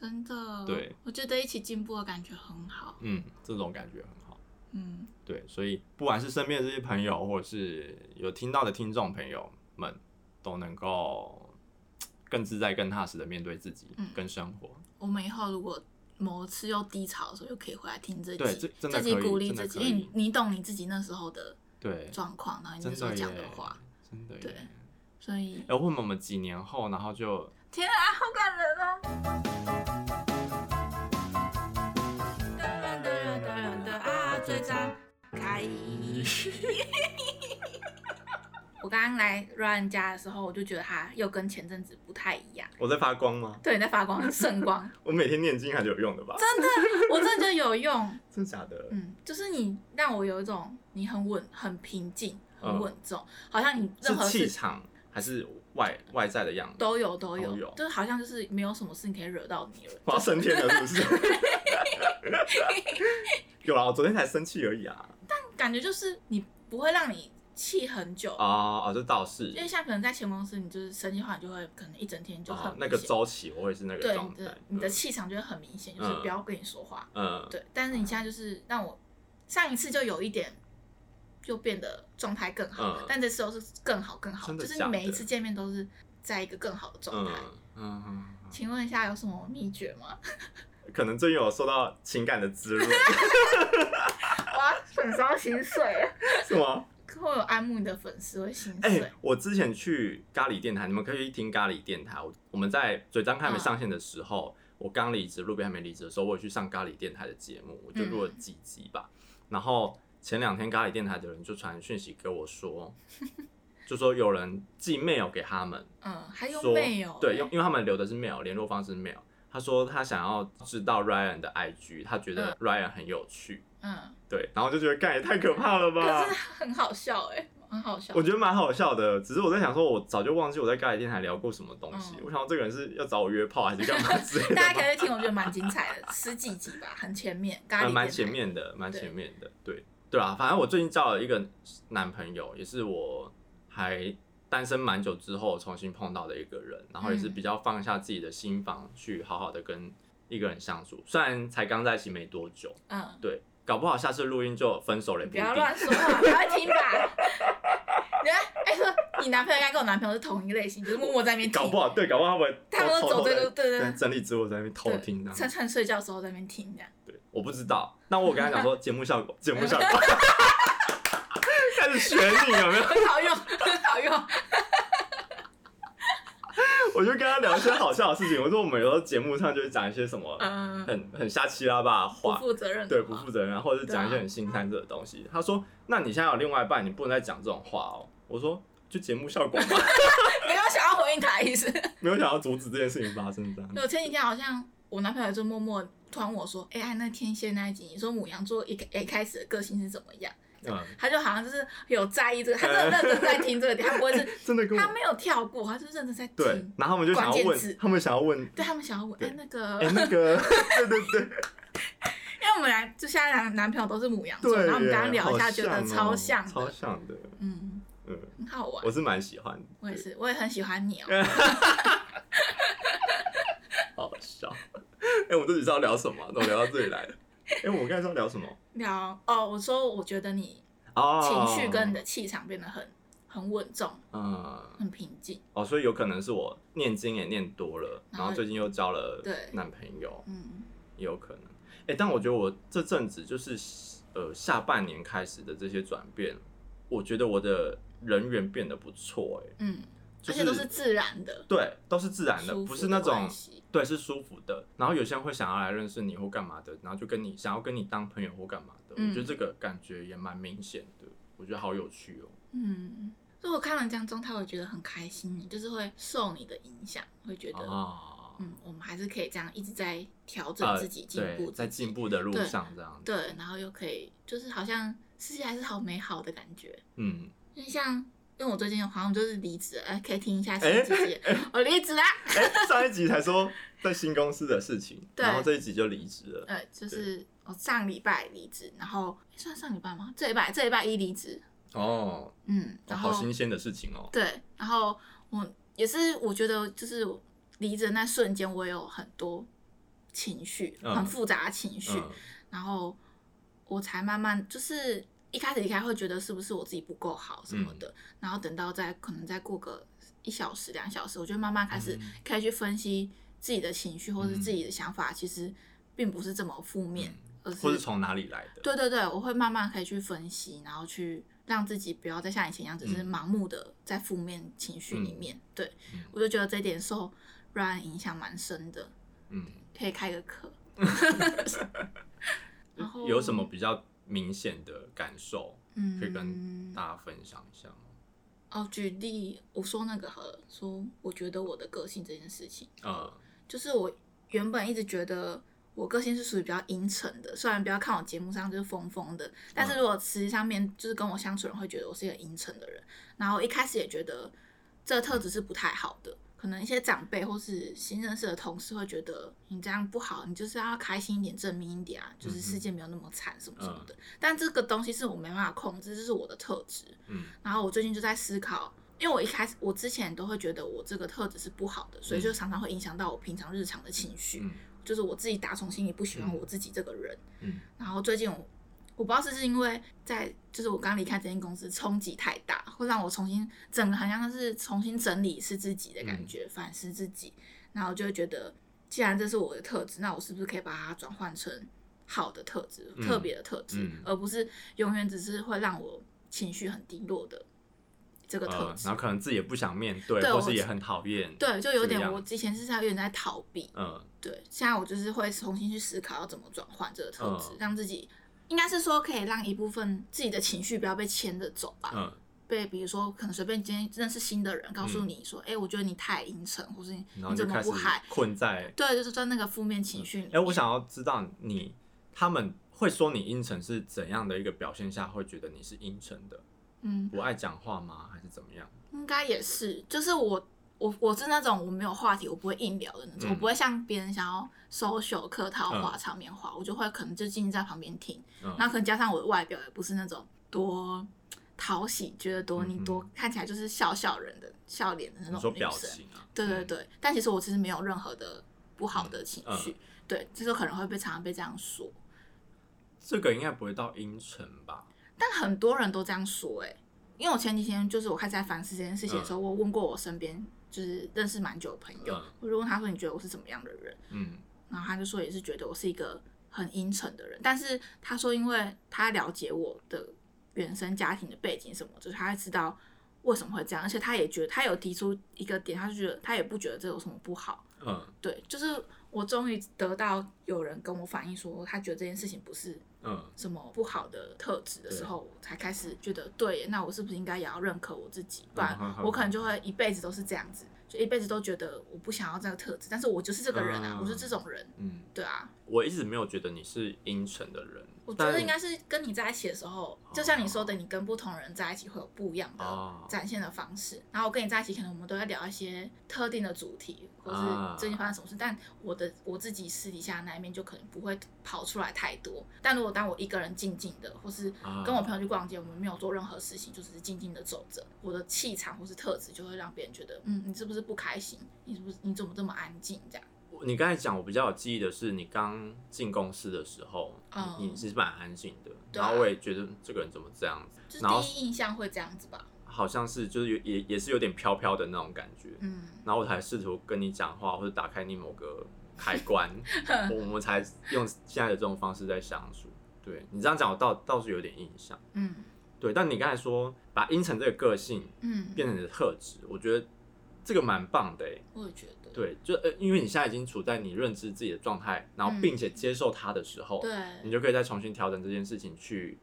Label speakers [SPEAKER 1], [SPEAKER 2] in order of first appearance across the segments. [SPEAKER 1] 真的，
[SPEAKER 2] 对，
[SPEAKER 1] 我觉得一起进步的感觉很好。
[SPEAKER 2] 嗯，这种感觉很好。
[SPEAKER 1] 嗯，
[SPEAKER 2] 对，所以不管是身边的这些朋友，或者是有听到的听众朋友们，都能够嘖更自在、更踏实的面对自己、
[SPEAKER 1] 嗯
[SPEAKER 2] 跟生活。
[SPEAKER 1] 我们以后如果某次又低潮的时候，又可以回来听这
[SPEAKER 2] 对，
[SPEAKER 1] 集
[SPEAKER 2] 这，真的
[SPEAKER 1] 自
[SPEAKER 2] 可
[SPEAKER 1] 己鼓
[SPEAKER 2] 以，
[SPEAKER 1] 励
[SPEAKER 2] 真
[SPEAKER 1] 自己，
[SPEAKER 2] 的可
[SPEAKER 1] 因为你
[SPEAKER 2] 以，
[SPEAKER 1] 你懂你自己那时候的
[SPEAKER 2] 对，
[SPEAKER 1] 状况，然后你那
[SPEAKER 2] 真
[SPEAKER 1] 时候
[SPEAKER 2] 的耶
[SPEAKER 1] 讲的话，，
[SPEAKER 2] 真的耶
[SPEAKER 1] 对。所以
[SPEAKER 2] 哎，问我们几年后，然后就
[SPEAKER 1] 天啊，好感人哦！啊感人哦的人感人的啊，最赞开！ 我刚刚来 Ryan 家的时候，我就觉得他又跟前阵子不太一样，
[SPEAKER 2] 我在发光吗？
[SPEAKER 1] 对，在发光，圣光，
[SPEAKER 2] 我每天念经还是有用的吧？真
[SPEAKER 1] 我真的觉得有用。
[SPEAKER 2] 真假的？
[SPEAKER 1] 嗯，就是你让我有一种你很稳、很平静、很
[SPEAKER 2] 嗯
[SPEAKER 1] 稳重，好像你任
[SPEAKER 2] 是
[SPEAKER 1] 何
[SPEAKER 2] 气
[SPEAKER 1] 事
[SPEAKER 2] 场还是外外在的样子？
[SPEAKER 1] 都有都有，
[SPEAKER 2] 都有
[SPEAKER 1] 就是好像就是没有什么事情可以惹到你了。
[SPEAKER 2] 我要升天了，是 不是？有啦，我昨天才生气而已啊！
[SPEAKER 1] 感觉就是你不会让你气很久，
[SPEAKER 2] 哦哦，这倒是
[SPEAKER 1] 因，为像可能在前公司，你就是生气的话，你就会可能一整天就很、
[SPEAKER 2] 哦，那个周期我也是那个
[SPEAKER 1] 对
[SPEAKER 2] 状
[SPEAKER 1] 你
[SPEAKER 2] 态
[SPEAKER 1] 的。你的气场就会很明显，就是
[SPEAKER 2] 嗯
[SPEAKER 1] 不要跟你说话。
[SPEAKER 2] 嗯，
[SPEAKER 1] 对，但是你现在就是让我上一次就有一点。就变得状态更好，
[SPEAKER 2] 嗯
[SPEAKER 1] 但这次都是更好更好，
[SPEAKER 2] 真的
[SPEAKER 1] 就是
[SPEAKER 2] 假
[SPEAKER 1] 你
[SPEAKER 2] 的
[SPEAKER 1] 每一次见面都是在一个更好的状
[SPEAKER 2] 嗯
[SPEAKER 1] 态。
[SPEAKER 2] 嗯嗯嗯，
[SPEAKER 1] 请问一下，有什么秘诀吗？
[SPEAKER 2] 嗯可能最近有受到情感的滋润，
[SPEAKER 1] 哇，粉烧心碎，
[SPEAKER 2] 是吗？
[SPEAKER 1] 会有安慕你的粉丝会心
[SPEAKER 2] 哎、
[SPEAKER 1] 碎。
[SPEAKER 2] 我之前去咖喱电台，你们可以去听咖喱电台。我我们在嘴张开还
[SPEAKER 1] 嗯
[SPEAKER 2] 没上线的时候，我刚离职，路边还没离职的时候，我有去上咖喱电台的节目，我就录了几集吧。
[SPEAKER 1] 嗯
[SPEAKER 2] 然后前两天咖喱电台的人就传讯息给 我说，就说有人寄 mail 给他们，
[SPEAKER 1] 嗯，还有
[SPEAKER 2] 说
[SPEAKER 1] 没有？
[SPEAKER 2] 对，用因为他们留的是 mail，联络方式是 mail。他说他想要知道 Ryan 的 IG，他觉得 Ryan 很有趣，
[SPEAKER 1] 嗯，
[SPEAKER 2] 对，然后就觉得干也太可怕了吧
[SPEAKER 1] 可是。很好笑哎、很好笑。
[SPEAKER 2] 我觉得蛮好笑的，只是我在想说，我早就忘记我在咖喱电台聊过什么东西。
[SPEAKER 1] 嗯
[SPEAKER 2] 我想说这个人是要找我约炮还是干嘛之类 的
[SPEAKER 1] 大家
[SPEAKER 2] 吧，
[SPEAKER 1] 可以听，我觉得蛮精彩的，十几集吧，很前面，咖喱
[SPEAKER 2] 蛮
[SPEAKER 1] 电台
[SPEAKER 2] 呃蛮前。面的，蛮前面的，对对啊。反正我最近交了一个男朋友，也是我还单身蛮久之后重新碰到的一个人，然后也是
[SPEAKER 1] 嗯
[SPEAKER 2] 比较放下自己的心房，去好好的跟一个人相处。虽然才刚在一起没多久，
[SPEAKER 1] 嗯，
[SPEAKER 2] 对，搞不好下次录音就分手了，也
[SPEAKER 1] 你
[SPEAKER 2] 不
[SPEAKER 1] 不
[SPEAKER 2] 一
[SPEAKER 1] 要。
[SPEAKER 2] 定
[SPEAKER 1] 乱说话，不要听吧。 你看，哎、说你男朋友应该跟我男朋友是同一类型，就是默默在那边听，
[SPEAKER 2] 搞不好对，搞不好他们
[SPEAKER 1] 他们都走这个，
[SPEAKER 2] 偷偷
[SPEAKER 1] 对
[SPEAKER 2] 在
[SPEAKER 1] 对
[SPEAKER 2] 在
[SPEAKER 1] 对
[SPEAKER 2] 整理之后在那边偷
[SPEAKER 1] 对，
[SPEAKER 2] 听这样。
[SPEAKER 1] 趁趁睡觉的时候在那边听这样。
[SPEAKER 2] 对，我不知道。那我跟他讲说节目效果，节目效 果， 开始学你有没有？
[SPEAKER 1] 很好用， 很好用。
[SPEAKER 2] 我就跟他聊一些好笑的事情。我说我们有时候节目上就会讲一些什么
[SPEAKER 1] 嗯，
[SPEAKER 2] 很很瞎七拉八的
[SPEAKER 1] 不
[SPEAKER 2] 话，
[SPEAKER 1] 负责任的
[SPEAKER 2] 对，
[SPEAKER 1] 话
[SPEAKER 2] 不负责任啊，或者是讲一些很新三色的东西。他说：“那你现在有另外一半，你不能再讲这种话哦。”我说：“就节目效果嘛，
[SPEAKER 1] 没有想要回应他的意思。
[SPEAKER 2] 没有想要阻止这件事情发生这样。”
[SPEAKER 1] 对，我前几天好像我男朋友就默默突然问我说：“哎、按那天蝎那一集，你说母羊座一开一开始的个性是怎么样？”
[SPEAKER 2] 嗯，
[SPEAKER 1] 他就好像就是有在意这个，他 真的认真在听这个点，他不会是，
[SPEAKER 2] 真的跟
[SPEAKER 1] 他
[SPEAKER 2] 我
[SPEAKER 1] 没有跳过，他就是认真在
[SPEAKER 2] 对
[SPEAKER 1] 听。，
[SPEAKER 2] 然后他们就想要
[SPEAKER 1] 关键字
[SPEAKER 2] 问，他们想要问，
[SPEAKER 1] 对他们想要问，
[SPEAKER 2] 对
[SPEAKER 1] 哎，那个，
[SPEAKER 2] 哎，那 个，对对对，
[SPEAKER 1] 因为我们俩就现在男男朋友都是母羊座，
[SPEAKER 2] 对耶，
[SPEAKER 1] 然后我们刚刚聊一下，
[SPEAKER 2] 好
[SPEAKER 1] 觉得
[SPEAKER 2] 像哦
[SPEAKER 1] 超像
[SPEAKER 2] 超
[SPEAKER 1] 的，
[SPEAKER 2] 像的，
[SPEAKER 1] 嗯，
[SPEAKER 2] 嗯，
[SPEAKER 1] 很好玩
[SPEAKER 2] 我。是蛮喜欢的，
[SPEAKER 1] 我也是，我也很喜欢你哦。
[SPEAKER 2] 好好笑。 哎、我们这集是要聊什么啊、怎么聊到这里来了？ 哎、我们刚才是要聊什么？
[SPEAKER 1] 聊哦，我说我觉得你
[SPEAKER 2] 哦，
[SPEAKER 1] 情绪跟你的气场变得很很稳重，
[SPEAKER 2] 嗯
[SPEAKER 1] 很平静。
[SPEAKER 2] 哦，所以有可能是我念经也念多了，
[SPEAKER 1] 然后
[SPEAKER 2] 然后最近又交了
[SPEAKER 1] 对
[SPEAKER 2] 男朋友，
[SPEAKER 1] 嗯，
[SPEAKER 2] 也有可能。哎、但我觉得我这阵子就是呃下半年开始的这些转变，我觉得我的人缘变得不错、哎，
[SPEAKER 1] 嗯，
[SPEAKER 2] 就
[SPEAKER 1] 而且都是自然的，
[SPEAKER 2] 对，都是自然的，
[SPEAKER 1] 舒服
[SPEAKER 2] 不是那种
[SPEAKER 1] 关系
[SPEAKER 2] 对，是舒服的。然后有些人会想要来认识你或干嘛的，然后就跟你想要跟你当朋友或干嘛的。
[SPEAKER 1] 嗯
[SPEAKER 2] 我觉得这个感觉也蛮明显的，我觉得好有趣哦。
[SPEAKER 1] 嗯，所以我看了这样状态，我觉得很开心，就是会受你的影响，会觉得，
[SPEAKER 2] 啊，
[SPEAKER 1] 嗯，我们还是可以这样一直在调整
[SPEAKER 2] 呃
[SPEAKER 1] 自己，进步
[SPEAKER 2] 对，在
[SPEAKER 1] 自己
[SPEAKER 2] 进步的路
[SPEAKER 1] 对
[SPEAKER 2] 上这样子。
[SPEAKER 1] 对，然后又可以，就是好像世界还是好美好的感觉，
[SPEAKER 2] 嗯，
[SPEAKER 1] 因为像因为我最近好像就是离职了，哎，可以听一下
[SPEAKER 2] 哎
[SPEAKER 1] 前几集，我离职啦，
[SPEAKER 2] 哎、上一集才说在新公司的事情，
[SPEAKER 1] 对
[SPEAKER 2] 然后这一集就离职了。
[SPEAKER 1] 呃，就是我上礼拜离职，然后哎算上礼拜吗？这礼拜这礼拜一离职，
[SPEAKER 2] 哦，
[SPEAKER 1] 嗯，然后
[SPEAKER 2] 好新鲜的事情哦。
[SPEAKER 1] 对，然后我也是，我觉得就是我离职的那瞬间，我有很多情绪，
[SPEAKER 2] 嗯
[SPEAKER 1] 很复杂的情绪，
[SPEAKER 2] 嗯
[SPEAKER 1] 然后我才慢慢就是一开始离开会觉得是不是我自己不够好什
[SPEAKER 2] 嗯
[SPEAKER 1] 么的，然后等到再可能再过个一小时两小时，我就慢慢开始
[SPEAKER 2] 嗯
[SPEAKER 1] 可以去分析自己的情绪或是
[SPEAKER 2] 嗯
[SPEAKER 1] 自己的想法，其实并不是这么负面，而
[SPEAKER 2] 或是
[SPEAKER 1] 是
[SPEAKER 2] 从哪里来的？
[SPEAKER 1] 对对对，我会慢慢可以去分析，然后去让自己不要再像以前一样，只是
[SPEAKER 2] 嗯
[SPEAKER 1] 盲目的在负面情绪里面。对
[SPEAKER 2] 嗯
[SPEAKER 1] 我就觉得这一点受 Ryan 影响蛮深的，
[SPEAKER 2] 嗯，
[SPEAKER 1] 可以开个 课。 然后
[SPEAKER 2] 有什么比较明显的感受
[SPEAKER 1] 嗯，
[SPEAKER 2] 可以跟大家分享一下吗？
[SPEAKER 1] 哦，举例，我说那个好了，说我觉得我的个性这件事情，
[SPEAKER 2] 呃，
[SPEAKER 1] 就是我原本一直觉得我个性是属于比较阴沉的，虽然不要看我节目上就是疯疯的，但
[SPEAKER 2] 嗯
[SPEAKER 1] 是如果实际上面就是跟我相处的人会觉得我是一个阴沉的人，然后一开始也觉得这个特质是不太好的。可能一些长辈或是新认识的同事会觉得你这样不好，你就是要开心一点、正面一点啊，
[SPEAKER 2] 嗯
[SPEAKER 1] 就是世界没有那么惨什么什么的。但这个东西是我没办法控制，这是我的特质。
[SPEAKER 2] 嗯
[SPEAKER 1] 然后我最近就在思考，因为我一开始我之前都会觉得我这个特质是不好的，所以就常常会影响到我平常日常的情绪，
[SPEAKER 2] 嗯
[SPEAKER 1] 就是我自己打从心里不喜欢我自己这个人。
[SPEAKER 2] 嗯
[SPEAKER 1] 然后最近我我不知道是不是因为在就是我刚离开这间公司冲击太大，会让我重新整个好像是重新整理是自己的
[SPEAKER 2] 嗯
[SPEAKER 1] 感觉，反思自己，然后就会觉得既然这是我的特质，那我是不是可以把它转换成好的特质、
[SPEAKER 2] 嗯
[SPEAKER 1] 特别的特质，
[SPEAKER 2] 嗯
[SPEAKER 1] 而不是永远只是会让我情绪很低落的这个特
[SPEAKER 2] 呃，
[SPEAKER 1] 质。
[SPEAKER 2] 然后可能自己也不想面对，
[SPEAKER 1] 对
[SPEAKER 2] 或
[SPEAKER 1] 我
[SPEAKER 2] 是也很讨厌，
[SPEAKER 1] 对，就有
[SPEAKER 2] 这个
[SPEAKER 1] 点
[SPEAKER 2] 样
[SPEAKER 1] 我之前是在有点在逃避，
[SPEAKER 2] 嗯
[SPEAKER 1] 对，现在我就是会重新去思考要怎么转换这个特质，
[SPEAKER 2] 嗯
[SPEAKER 1] 让自己应该是说可以让一部分自己的情绪不要被牵着走吧。
[SPEAKER 2] 嗯
[SPEAKER 1] 被比如说可能随便今天认识新的人，告诉你说，哎、我觉得你太阴沉，或是你
[SPEAKER 2] 然后
[SPEAKER 1] 你
[SPEAKER 2] 就
[SPEAKER 1] 怎么
[SPEAKER 2] 开始
[SPEAKER 1] 不嗨，
[SPEAKER 2] 困在。
[SPEAKER 1] 对，就是在那个负面情绪里面。
[SPEAKER 2] 哎，我想要知道你他们会说你阴沉是怎样的一个表现下会觉得你是阴沉的？
[SPEAKER 1] 嗯，
[SPEAKER 2] 不爱讲话吗？还是怎么样？
[SPEAKER 1] 应该也是，就是我我我是那种我没有话题，我不会硬聊的那种，
[SPEAKER 2] 嗯
[SPEAKER 1] 我不会像别人想要 social 客套话、
[SPEAKER 2] 嗯
[SPEAKER 1] 场面话，我就会可能就静静在旁边听。
[SPEAKER 2] 嗯
[SPEAKER 1] 那可能加上我的外表也不是那种多讨喜，觉得多
[SPEAKER 2] 嗯
[SPEAKER 1] 你
[SPEAKER 2] 嗯
[SPEAKER 1] 多看起来就是笑笑人的笑脸的那
[SPEAKER 2] 你
[SPEAKER 1] 种
[SPEAKER 2] 说
[SPEAKER 1] 女
[SPEAKER 2] 表
[SPEAKER 1] 生。
[SPEAKER 2] 情啊？
[SPEAKER 1] 对对
[SPEAKER 2] 嗯
[SPEAKER 1] 对，但其实我其实没有任何的不好的情
[SPEAKER 2] 嗯
[SPEAKER 1] 绪，对，就是可能会被常常被这样说，
[SPEAKER 2] 这个应该不会到阴沉吧？
[SPEAKER 1] 但很多人都这样说、欸，因为我前几天就是我开始在反思这件事情的时候，我问过我身边就是认识蛮久的朋友，
[SPEAKER 2] 嗯
[SPEAKER 1] 我就问他说你觉得我是怎么样的人，
[SPEAKER 2] 嗯
[SPEAKER 1] 然后他就说也是觉得我是一个很阴沉的人，但是他说因为他了解我的原生家庭的背景什么，就是他知道为什么会这样，而且他也觉得他有提出一个点，他就觉得他也不觉得这有什么不好，
[SPEAKER 2] 嗯
[SPEAKER 1] 对，就是我终于得到有人跟我反映说他觉得这件事情不是
[SPEAKER 2] 嗯
[SPEAKER 1] 什么不好的特质的时候，我才开始觉得对耶，那我是不是应该也要认可我自己？不然
[SPEAKER 2] 嗯哼
[SPEAKER 1] 我可能就会一辈子都是这样子，就一辈子都觉得我不想要这个特质，但是我就是这个人啊，
[SPEAKER 2] 嗯
[SPEAKER 1] 我是这种人，
[SPEAKER 2] 嗯，
[SPEAKER 1] 对啊。
[SPEAKER 2] 我一直没有觉得你是阴沉的人，
[SPEAKER 1] 我觉
[SPEAKER 2] 但
[SPEAKER 1] 得应该是跟你在一起的时候，就像你说的，你跟不同人在一起会有不一样的
[SPEAKER 2] 哦
[SPEAKER 1] 展现的方式。然后我跟你在一起，可能我们都会聊一些特定的主题，或是
[SPEAKER 2] 啊
[SPEAKER 1] 最近发生什么事。但我的我自己私底下那一面就可能不会跑出来太多。但如果当我一个人静静的，或是
[SPEAKER 2] 啊
[SPEAKER 1] 跟我朋友去逛街，我们没有做任何事情，就只是静静的走着，我的气场或是特质就会让别人觉得，嗯，你是不是不开心？你是不是你怎么这么安静？这样，
[SPEAKER 2] 你刚才讲，我比较有记忆的是，你刚进公司的时候，
[SPEAKER 1] 嗯
[SPEAKER 2] 你你是蛮安静的，
[SPEAKER 1] 对啊
[SPEAKER 2] 然后我也觉得这个人怎么这样子，
[SPEAKER 1] 就是
[SPEAKER 2] 然后
[SPEAKER 1] 第一印象会这样子吧。
[SPEAKER 2] 好像是就是有也也是有点飘飘的那种感觉，
[SPEAKER 1] 嗯，
[SPEAKER 2] 然后我才试图跟你讲话或者打开你某个开 关，我们才用现在的这种方式在相处。对你这样讲，我倒倒是有点印象。
[SPEAKER 1] 嗯
[SPEAKER 2] 对，但你刚才说把阴沉这个个性
[SPEAKER 1] 嗯，
[SPEAKER 2] 变成你的特质，我觉得这个蛮棒的诶、欸
[SPEAKER 1] 我也觉得。
[SPEAKER 2] 对，就呃，因为你现在已经处在你认知自己的状态，然后
[SPEAKER 1] 嗯
[SPEAKER 2] 并且接受它的时候，你
[SPEAKER 1] 对，
[SPEAKER 2] 就可以再重新调整这件事情去。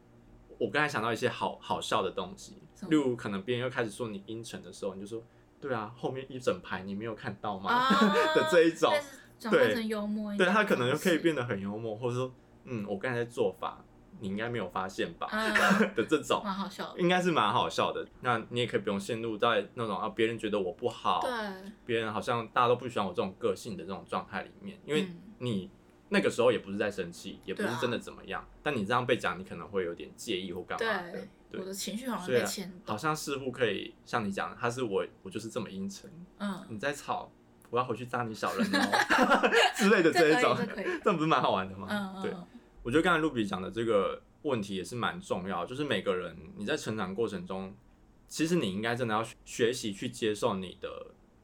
[SPEAKER 2] 我刚才想到一些好好笑的东西
[SPEAKER 1] 什，么
[SPEAKER 2] 例如可能别人又开始说你阴沉的时候，你就说对啊，后面一整排你没有看到吗？ 的这一种
[SPEAKER 1] 啊但，是转换
[SPEAKER 2] 对
[SPEAKER 1] 成幽默一
[SPEAKER 2] 对
[SPEAKER 1] 点的
[SPEAKER 2] 他
[SPEAKER 1] 方式，
[SPEAKER 2] 可能就可以变得很幽默，或者说嗯，我刚才在做法，你应该没有发现吧、
[SPEAKER 1] 嗯，
[SPEAKER 2] 的这种，
[SPEAKER 1] 蛮好笑的。
[SPEAKER 2] 应该是蛮好笑的。那你也可以不用陷入在那种啊，别人觉得我不好，
[SPEAKER 1] 对，
[SPEAKER 2] 别人好像大家都不喜欢我这种个性的这种状态里面，因为
[SPEAKER 1] 嗯
[SPEAKER 2] 你那个时候也不是在生气，也不
[SPEAKER 1] 对
[SPEAKER 2] 是
[SPEAKER 1] 啊
[SPEAKER 2] 真的怎么样，但你这样被讲，你可能会有点介意或干嘛的
[SPEAKER 1] 对。，
[SPEAKER 2] 对
[SPEAKER 1] 我的情绪很容易
[SPEAKER 2] 所以
[SPEAKER 1] 被
[SPEAKER 2] 啊
[SPEAKER 1] 牵动。
[SPEAKER 2] 好像似乎可以像你讲的，他是我，我就是这么阴沉。
[SPEAKER 1] 嗯，
[SPEAKER 2] 你在吵，我要回去扎你小人 哦之类的
[SPEAKER 1] 这可
[SPEAKER 2] 这一
[SPEAKER 1] 以，
[SPEAKER 2] 种，
[SPEAKER 1] 这可以，
[SPEAKER 2] 这不是蛮好玩的吗？
[SPEAKER 1] 嗯嗯，
[SPEAKER 2] 对，
[SPEAKER 1] 嗯
[SPEAKER 2] 我觉得刚才露比讲的这个问题也是蛮重要，就是每个人你在成长过程中，其实你应该真的要学学习去接受你的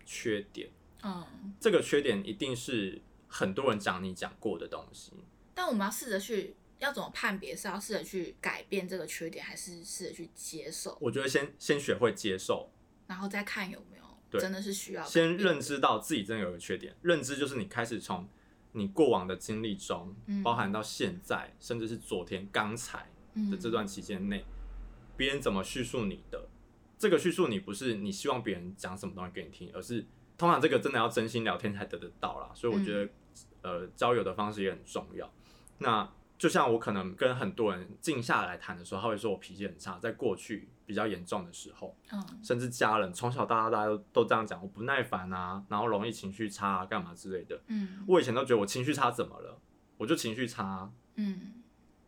[SPEAKER 2] 缺点，
[SPEAKER 1] 嗯，
[SPEAKER 2] 这个缺点一定是很多人讲你讲过的东西。
[SPEAKER 1] 但我们要试着去，要怎么判别是要试着去改变这个缺点，还是试着去接受，
[SPEAKER 2] 我觉得先先学会接受，
[SPEAKER 1] 然后再看有没有
[SPEAKER 2] 对
[SPEAKER 1] 真的是需要改
[SPEAKER 2] 先
[SPEAKER 1] 变
[SPEAKER 2] 认知到自己真的有个缺点，认知就是你开始从你过往的经历中，
[SPEAKER 1] 嗯
[SPEAKER 2] 包含到现在，甚至是昨天、刚才的
[SPEAKER 1] 嗯
[SPEAKER 2] 这段期间内，别人怎么叙述你的，这个叙述你不是你希望别人讲什么东西给你听，而是通常这个真的要真心聊天才得得到啦。所以我觉得，呃，交友的方式也很重要。那就像我可能跟很多人静下来谈的时候，他会说我脾气很差，在过去比较严重的时候，
[SPEAKER 1] 嗯
[SPEAKER 2] 甚至家人从小到大大家都都这样讲，我不耐烦啊，然后容易情绪差啊，干嘛之类的。
[SPEAKER 1] 嗯
[SPEAKER 2] 我以前都觉得我情绪差怎么了，我就情绪差啊、
[SPEAKER 1] 嗯，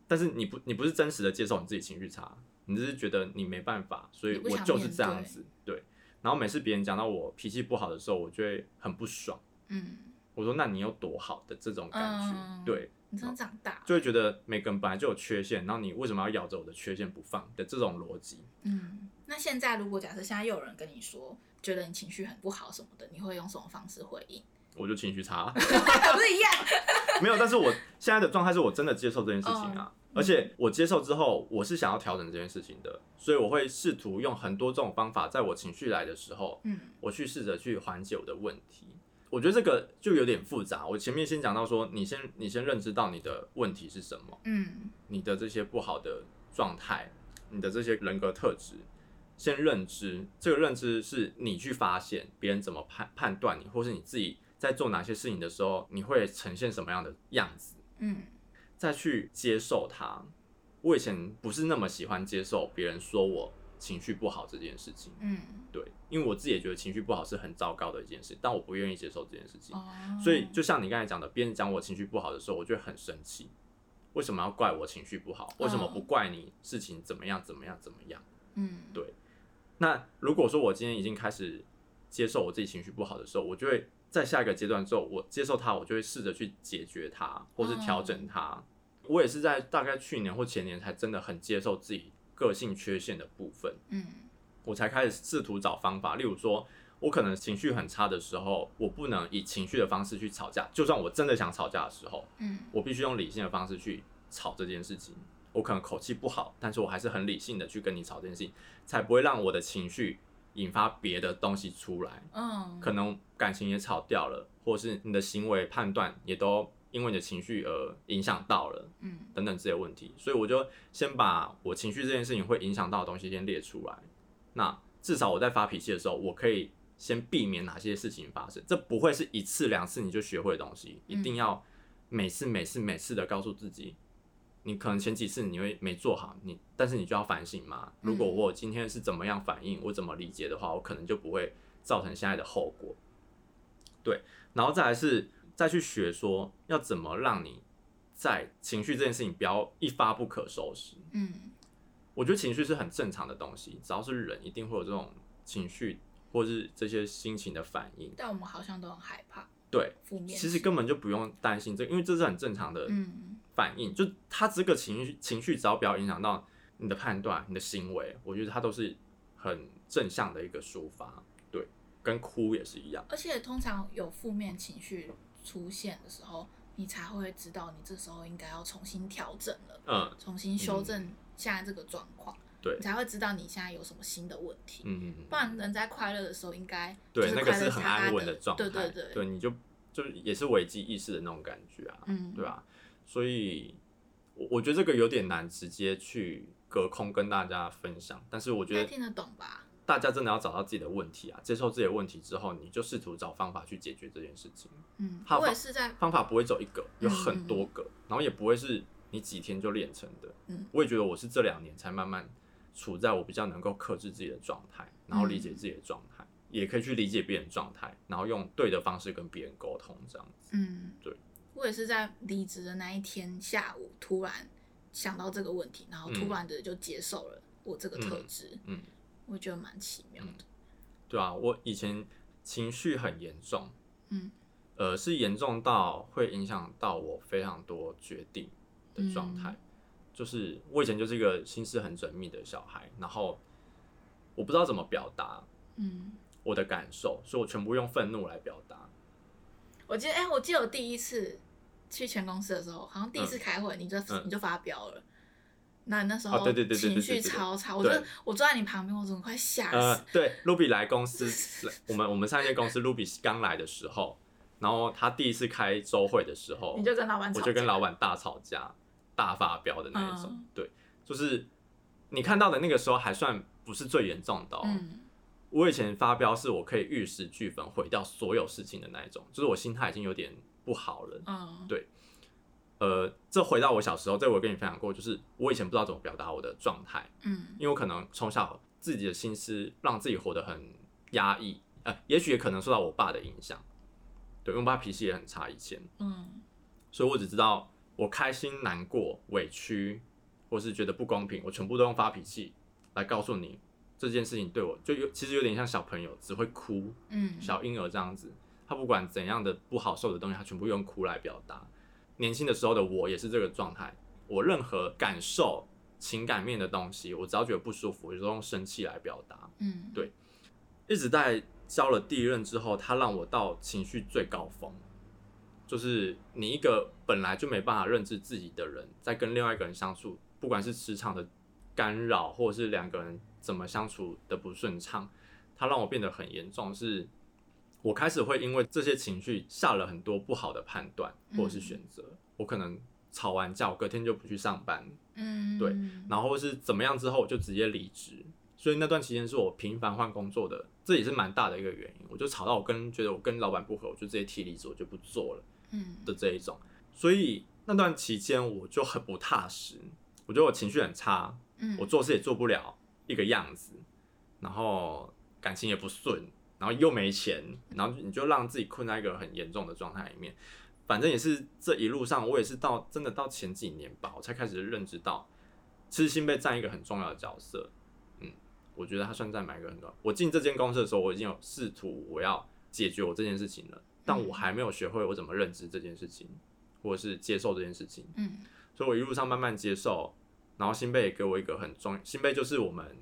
[SPEAKER 2] 但是你不你不是真实的接受你自己情绪差，你只是觉得你没办法，所以
[SPEAKER 1] 你不
[SPEAKER 2] 我
[SPEAKER 1] 想
[SPEAKER 2] 就是
[SPEAKER 1] 面
[SPEAKER 2] 这样
[SPEAKER 1] 对
[SPEAKER 2] 子，对。然后每次别人讲到我脾气不好的时候，我就会很不爽，
[SPEAKER 1] 嗯，
[SPEAKER 2] 我说那你有多好的这种感觉，
[SPEAKER 1] 嗯
[SPEAKER 2] 对，
[SPEAKER 1] 你真的长大了，
[SPEAKER 2] 就会觉得每个人本来就有缺陷，然后你为什么要咬着我的缺陷不放的这种逻辑，
[SPEAKER 1] 嗯，那现在如果假设现在又有人跟你说，觉得你情绪很不好什么的，你会用什么方式回应？
[SPEAKER 2] 我就情绪差。
[SPEAKER 1] 不是一样？
[SPEAKER 2] 没有，但是我现在的状态是我真的接受这件事情
[SPEAKER 1] 哦
[SPEAKER 2] 啊，而且我接受之后，我是想要调整这件事情的，所以我会试图用很多这种方法，在我情绪来的时候，
[SPEAKER 1] 嗯
[SPEAKER 2] 我去试着去缓解我的问题。我觉得这个就有点复杂。我前面先讲到说，你先你先认知到你的问题是什么，
[SPEAKER 1] 嗯
[SPEAKER 2] 你的这些不好的状态，你的这些人格特质，先认知。这个认知是你去发现别人怎么判判断你，或是你自己在做哪些事情的时候，你会呈现什么样的样子。
[SPEAKER 1] 嗯
[SPEAKER 2] 再去接受它。我以前不是那么喜欢接受别人说我情绪不好这件事情，
[SPEAKER 1] 嗯，
[SPEAKER 2] 对，因为我自己也觉得情绪不好是很糟糕的一件事，但我不愿意接受这件事情。
[SPEAKER 1] 哦，
[SPEAKER 2] 所以就像你刚才讲的，别人讲我情绪不好的时候，我就会很生气。为什么要怪我情绪不好？
[SPEAKER 1] 嗯
[SPEAKER 2] 为什么不怪你事情怎么样怎么样怎么样？
[SPEAKER 1] 嗯
[SPEAKER 2] 对那如果说我今天已经开始接受我自己情绪不好的时候，我就会在下一个阶段之后，我接受它，我就会试着去解决它，或是调
[SPEAKER 1] 嗯
[SPEAKER 2] 整它。我也是在大概去年或前年才真的很接受自己个性缺陷的部分，
[SPEAKER 1] 嗯
[SPEAKER 2] 我才开始试图找方法。例如说，我可能情绪很差的时候，我不能以情绪的方式去吵架，就算我真的想吵架的时候，
[SPEAKER 1] 嗯
[SPEAKER 2] 我必须用理性的方式去吵这件事情。我可能口气不好，但是我还是很理性的去跟你吵这件事情，才不会让我的情绪引发别的东西出来。
[SPEAKER 1] 嗯，
[SPEAKER 2] 可能感情也吵掉了，或是你的行为判断也都因为你的情绪而影响到了，
[SPEAKER 1] 嗯
[SPEAKER 2] 等等这些问题。所以我就先把我情绪这件事情会影响到的东西先列出来。那至少我在发脾气的时候，我可以先避免哪些事情发生。这不会是一次两次你就学会的东西，一定要每次每次每次的告诉自己。你可能前几次你会没做好，你但是你就要反省嘛。如果我今天是怎么样反应，我怎么理解的话，我可能就不会造成现在的后果。对，然后再来是再去学说要怎么让你在情绪这件事情不要一发不可收拾。
[SPEAKER 1] 嗯
[SPEAKER 2] 我觉得情绪是很正常的东西，只要是人一定会有这种情绪或是这些心情的反应。
[SPEAKER 1] 但我们好像都很害怕
[SPEAKER 2] 对，
[SPEAKER 1] 负面，
[SPEAKER 2] 其实根本就不用担心这因为这是很正常的
[SPEAKER 1] 嗯
[SPEAKER 2] 反应。就他这个情绪情绪只要不要影响到你的判断、你的行为，我觉得它都是很正向的一个抒发。对，跟哭也是一样。
[SPEAKER 1] 而且通常有负面情绪出现的时候，你才会知道你这时候应该要重新调整了，
[SPEAKER 2] 嗯
[SPEAKER 1] 重新修正现在这个状况，
[SPEAKER 2] 对
[SPEAKER 1] 你才会知道你现在有什么新的问题。
[SPEAKER 2] 嗯嗯嗯。
[SPEAKER 1] 不然人在快乐的时候应该就
[SPEAKER 2] 对，那个
[SPEAKER 1] 快
[SPEAKER 2] 是
[SPEAKER 1] 乐
[SPEAKER 2] 很
[SPEAKER 1] 叉
[SPEAKER 2] 安稳
[SPEAKER 1] 的
[SPEAKER 2] 的状态，
[SPEAKER 1] 对对，
[SPEAKER 2] 你就就是也是危机意识的那种感觉啊，
[SPEAKER 1] 嗯，
[SPEAKER 2] 对啊，所以我我觉得这个有点难直接去隔空跟大家分享，但是我
[SPEAKER 1] 应该
[SPEAKER 2] 觉得
[SPEAKER 1] 听得懂吧？
[SPEAKER 2] 大家真的要找到自己的问题啊，接受自己的问题之后，你就试图找方法去解决这件事情，
[SPEAKER 1] 嗯，
[SPEAKER 2] 好
[SPEAKER 1] 我
[SPEAKER 2] 吧
[SPEAKER 1] 也是在，
[SPEAKER 2] 方法不会走一个，有
[SPEAKER 1] 嗯
[SPEAKER 2] 很多个，然后也不会是你几天就练成的，
[SPEAKER 1] 嗯
[SPEAKER 2] 我也觉得我是这两年才慢慢处在我比较能够克制自己的状态，然后理解自己的状态，
[SPEAKER 1] 嗯
[SPEAKER 2] 也可以去理解别人的状态，然后用对的方式跟别人沟通，这样子。
[SPEAKER 1] 嗯，
[SPEAKER 2] 对，
[SPEAKER 1] 我也是在离职的那一天下午突然想到这个问题，然后突然的就接受了我这个特质，
[SPEAKER 2] 嗯嗯
[SPEAKER 1] 我觉得蛮奇妙的，
[SPEAKER 2] 对啊，我以前情绪很严重，
[SPEAKER 1] 嗯，
[SPEAKER 2] 呃，是严重到会影响到我非常多决定的状态。
[SPEAKER 1] 嗯
[SPEAKER 2] 就是我以前就是一个心思很缜密的小孩，然后我不知道怎么表达
[SPEAKER 1] 嗯，
[SPEAKER 2] 我的感受，所以我全部用愤怒来表达。
[SPEAKER 1] 我记得，哎、我记得我第一次去前公司的时候，好像第一次开会，你就、
[SPEAKER 2] 嗯
[SPEAKER 1] 你就发飙了。那你那时
[SPEAKER 2] 啊
[SPEAKER 1] 候
[SPEAKER 2] 对对对对对
[SPEAKER 1] 情
[SPEAKER 2] 对
[SPEAKER 1] 绪
[SPEAKER 2] 对对
[SPEAKER 1] 超差，我
[SPEAKER 2] 对
[SPEAKER 1] 真的我坐在你旁边，我真的快吓
[SPEAKER 2] 呃
[SPEAKER 1] 死。，
[SPEAKER 2] 对，卢比来公司， 来我们我们上一间公司卢比刚来的时候，然后他第一次开周会的时候，
[SPEAKER 1] 你就跟老板，
[SPEAKER 2] 我就跟老，板大吵架、大发飙的那一种。
[SPEAKER 1] 嗯
[SPEAKER 2] 对，就是你看到的那个时候还算不是最严重的哦。
[SPEAKER 1] 嗯
[SPEAKER 2] 我以前发飙是我可以玉石俱焚毁掉所有事情的那一种，就是我心态已经有点不好了。
[SPEAKER 1] 嗯，
[SPEAKER 2] 对呃，这回到我小时候，这我跟你分享过，就是我以前不知道怎么表达我的状态，
[SPEAKER 1] 嗯
[SPEAKER 2] 因为我可能从小自己的心思让自己活得很压抑，呃，也许也可能受到我爸的影响，对，因为我爸脾气也很差以前，
[SPEAKER 1] 嗯
[SPEAKER 2] 所以我只知道我开心、难过、委屈，或是觉得不公平，我全部都用发脾气来告诉你这件事情对我就有其实有点像小朋友只会哭，
[SPEAKER 1] 嗯，
[SPEAKER 2] 小婴儿这样子，他不管怎样的不好受的东西，他全部用哭来表达。年轻的时候的我也是这个状态，我任何感受、情感面的东西，我只要觉得不舒服，我就用生气来表达。
[SPEAKER 1] 嗯
[SPEAKER 2] 对一直在交了第一任之后，他让我到情绪最高峰，就是你一个本来就没办法认知自己的人，在跟另外一个人相处，不管是职场的干扰，或者是两个人怎么相处的不顺畅，他让我变得很严重，是我开始会因为这些情绪下了很多不好的判断或者是选择，我可能吵完架，我隔天就不去上班，
[SPEAKER 1] 嗯
[SPEAKER 2] 对然后是怎么样之后我就直接离职，所以那段期间是我频繁换工作的，这也是蛮大的一个原因。我就吵到我跟觉得我跟老板不合，我就直接提离职，我就不做了
[SPEAKER 1] 嗯
[SPEAKER 2] 的这一种。所以那段期间我就很不踏实，我觉得我情绪很差，
[SPEAKER 1] 嗯，
[SPEAKER 2] 我做事也做不了一个样子，然后感情也不顺，然后又没钱，然后你就让自己困在一个很严重的状态里面。反正也是这一路上，我也是到真的到前几年吧，我才开始认知到，痴心被占一个很重要的角色。嗯，我觉得他算占蛮一个很重要。我进这间公司的时候，我已经有试图我要解决我这件事情了，但我还没有学会我怎么认知这件事情，或者是接受这件事情。
[SPEAKER 1] 嗯
[SPEAKER 2] 所以我一路上慢慢接受，然后新贝也给我一个很重，新贝就是我们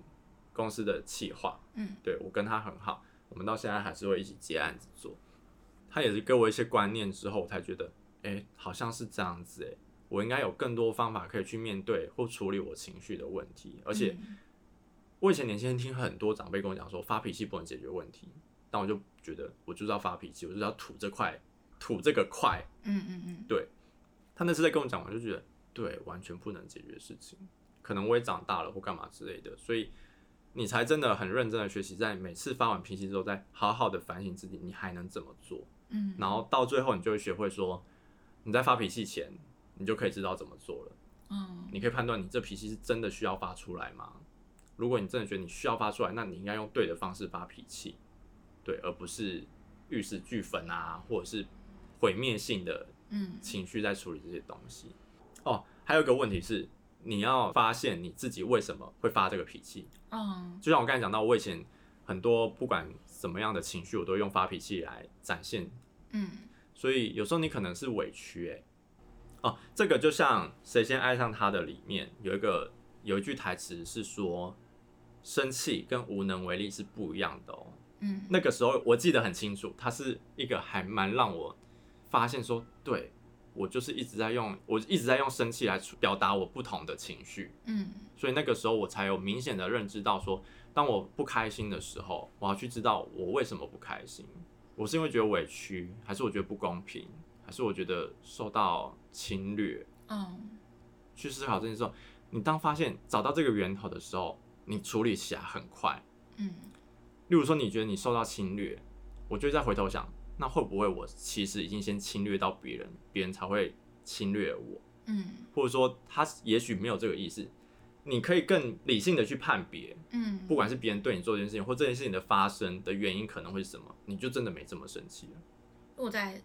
[SPEAKER 2] 公司的企划，
[SPEAKER 1] 嗯
[SPEAKER 2] 对我跟他很好，我们到现在还是会一起接案子做。他也是给我一些观念之后，我才觉得，哎、好像是这样子、诶哎，我应该有更多方法可以去面对或处理我情绪的问题。
[SPEAKER 1] 嗯
[SPEAKER 2] 而且我以前年轻听很多长辈跟我讲说，发脾气不能解决问题，但我就觉得我就是要发脾气，我就是要吐这块，吐这个块，
[SPEAKER 1] 嗯嗯嗯
[SPEAKER 2] 他那次在跟我讲，我就觉得对，完全不能解决事情，可能我也长大了或干嘛之类的，所以你才真的很认真的学习，在每次发完脾气之后，再好好的反省自己，你还能怎么做？
[SPEAKER 1] 嗯，
[SPEAKER 2] 然后到最后，你就会学会说，你在发脾气前，你就可以知道怎么做了，
[SPEAKER 1] 嗯
[SPEAKER 2] 你可以判断你这脾气是真的需要发出来吗？如果你真的觉得你需要发出来，那你应该用对的方式发脾气，对，而不是玉石俱焚啊，或者是毁灭性的
[SPEAKER 1] 嗯
[SPEAKER 2] 情绪在处理这些东西。哦，还有一个问题是，你要发现你自己为什么会发这个脾气。
[SPEAKER 1] 嗯
[SPEAKER 2] 就像我刚才讲到，我以前很多不管什么样的情绪，我都用发脾气来展现。
[SPEAKER 1] 嗯
[SPEAKER 2] 所以有时候你可能是委屈、欸，哦，这个就像《谁先爱上他的》里面有一个有一句台词是说，生气跟无能为力是不一样的哦。
[SPEAKER 1] 嗯，
[SPEAKER 2] 那个时候我记得很清楚，它是一个还蛮让我发现说，对我就是一直在用，我一直在用生气来处表达我不同的情绪，
[SPEAKER 1] 嗯
[SPEAKER 2] 所以那个时候我才有明显的认知到说，当我不开心的时候，我要去知道我为什么不开心，我是因为觉得委屈，还是我觉得不公平，还是我觉得受到侵略，
[SPEAKER 1] 嗯
[SPEAKER 2] 去思考这件事后，你当发现找到这个源头的时候，你处理起来很快。
[SPEAKER 1] 嗯
[SPEAKER 2] 例如说，你觉得你受到侵略，我就会再回头想，那会不会我其实已经先侵略到别人，别人才会侵略我？
[SPEAKER 1] 嗯
[SPEAKER 2] 或者说，他也许没有这个意思。你可以更理性的去判别，
[SPEAKER 1] 嗯，
[SPEAKER 2] 不管是别人对你做这件事情，或这件事情的发生的原因可能会是什么，你就真的没这么生气了。
[SPEAKER 1] 因为我在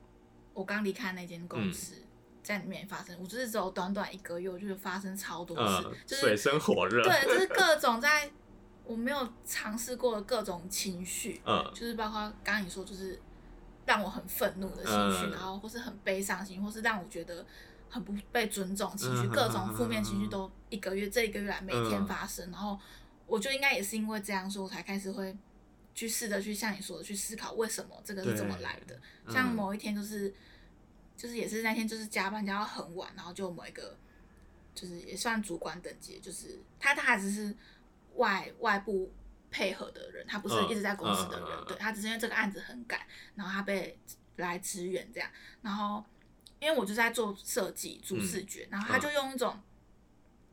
[SPEAKER 1] 我刚离开那间公司，在里面发生，我就是只有短短一个月，我就是发生超多事，
[SPEAKER 2] 嗯，
[SPEAKER 1] 就
[SPEAKER 2] 水
[SPEAKER 1] 是
[SPEAKER 2] 深火热。
[SPEAKER 1] 对，就是各种在我没有尝试过的各种情绪，
[SPEAKER 2] 嗯
[SPEAKER 1] 就是包括刚刚你说，就是让我很愤怒的情绪，
[SPEAKER 2] 嗯
[SPEAKER 1] 然后或是很悲伤的情绪，或是让我觉得很不被尊重的情绪，
[SPEAKER 2] 嗯
[SPEAKER 1] 各
[SPEAKER 2] 嗯
[SPEAKER 1] 种
[SPEAKER 2] 嗯
[SPEAKER 1] 负面情绪
[SPEAKER 2] 嗯
[SPEAKER 1] 都一个月这一个月来每天发生。然后我觉得应该也是因为这样，所以我才开始会去试着去像你说的去思考为什么这个是
[SPEAKER 2] 对
[SPEAKER 1] 怎么来的。
[SPEAKER 2] 嗯
[SPEAKER 1] 像某一天就是就是也是那天就是加班加到很晚，然后就某一个就是也算主管等级，就是他他还只是外外部配合的人，他不是
[SPEAKER 2] 嗯
[SPEAKER 1] 一直在公司的人，
[SPEAKER 2] 嗯嗯嗯
[SPEAKER 1] 对他只是因为这个案子很赶，然后他被来支援这样，然后因为我就在做设计主
[SPEAKER 2] 嗯
[SPEAKER 1] 视觉，然后他就用一种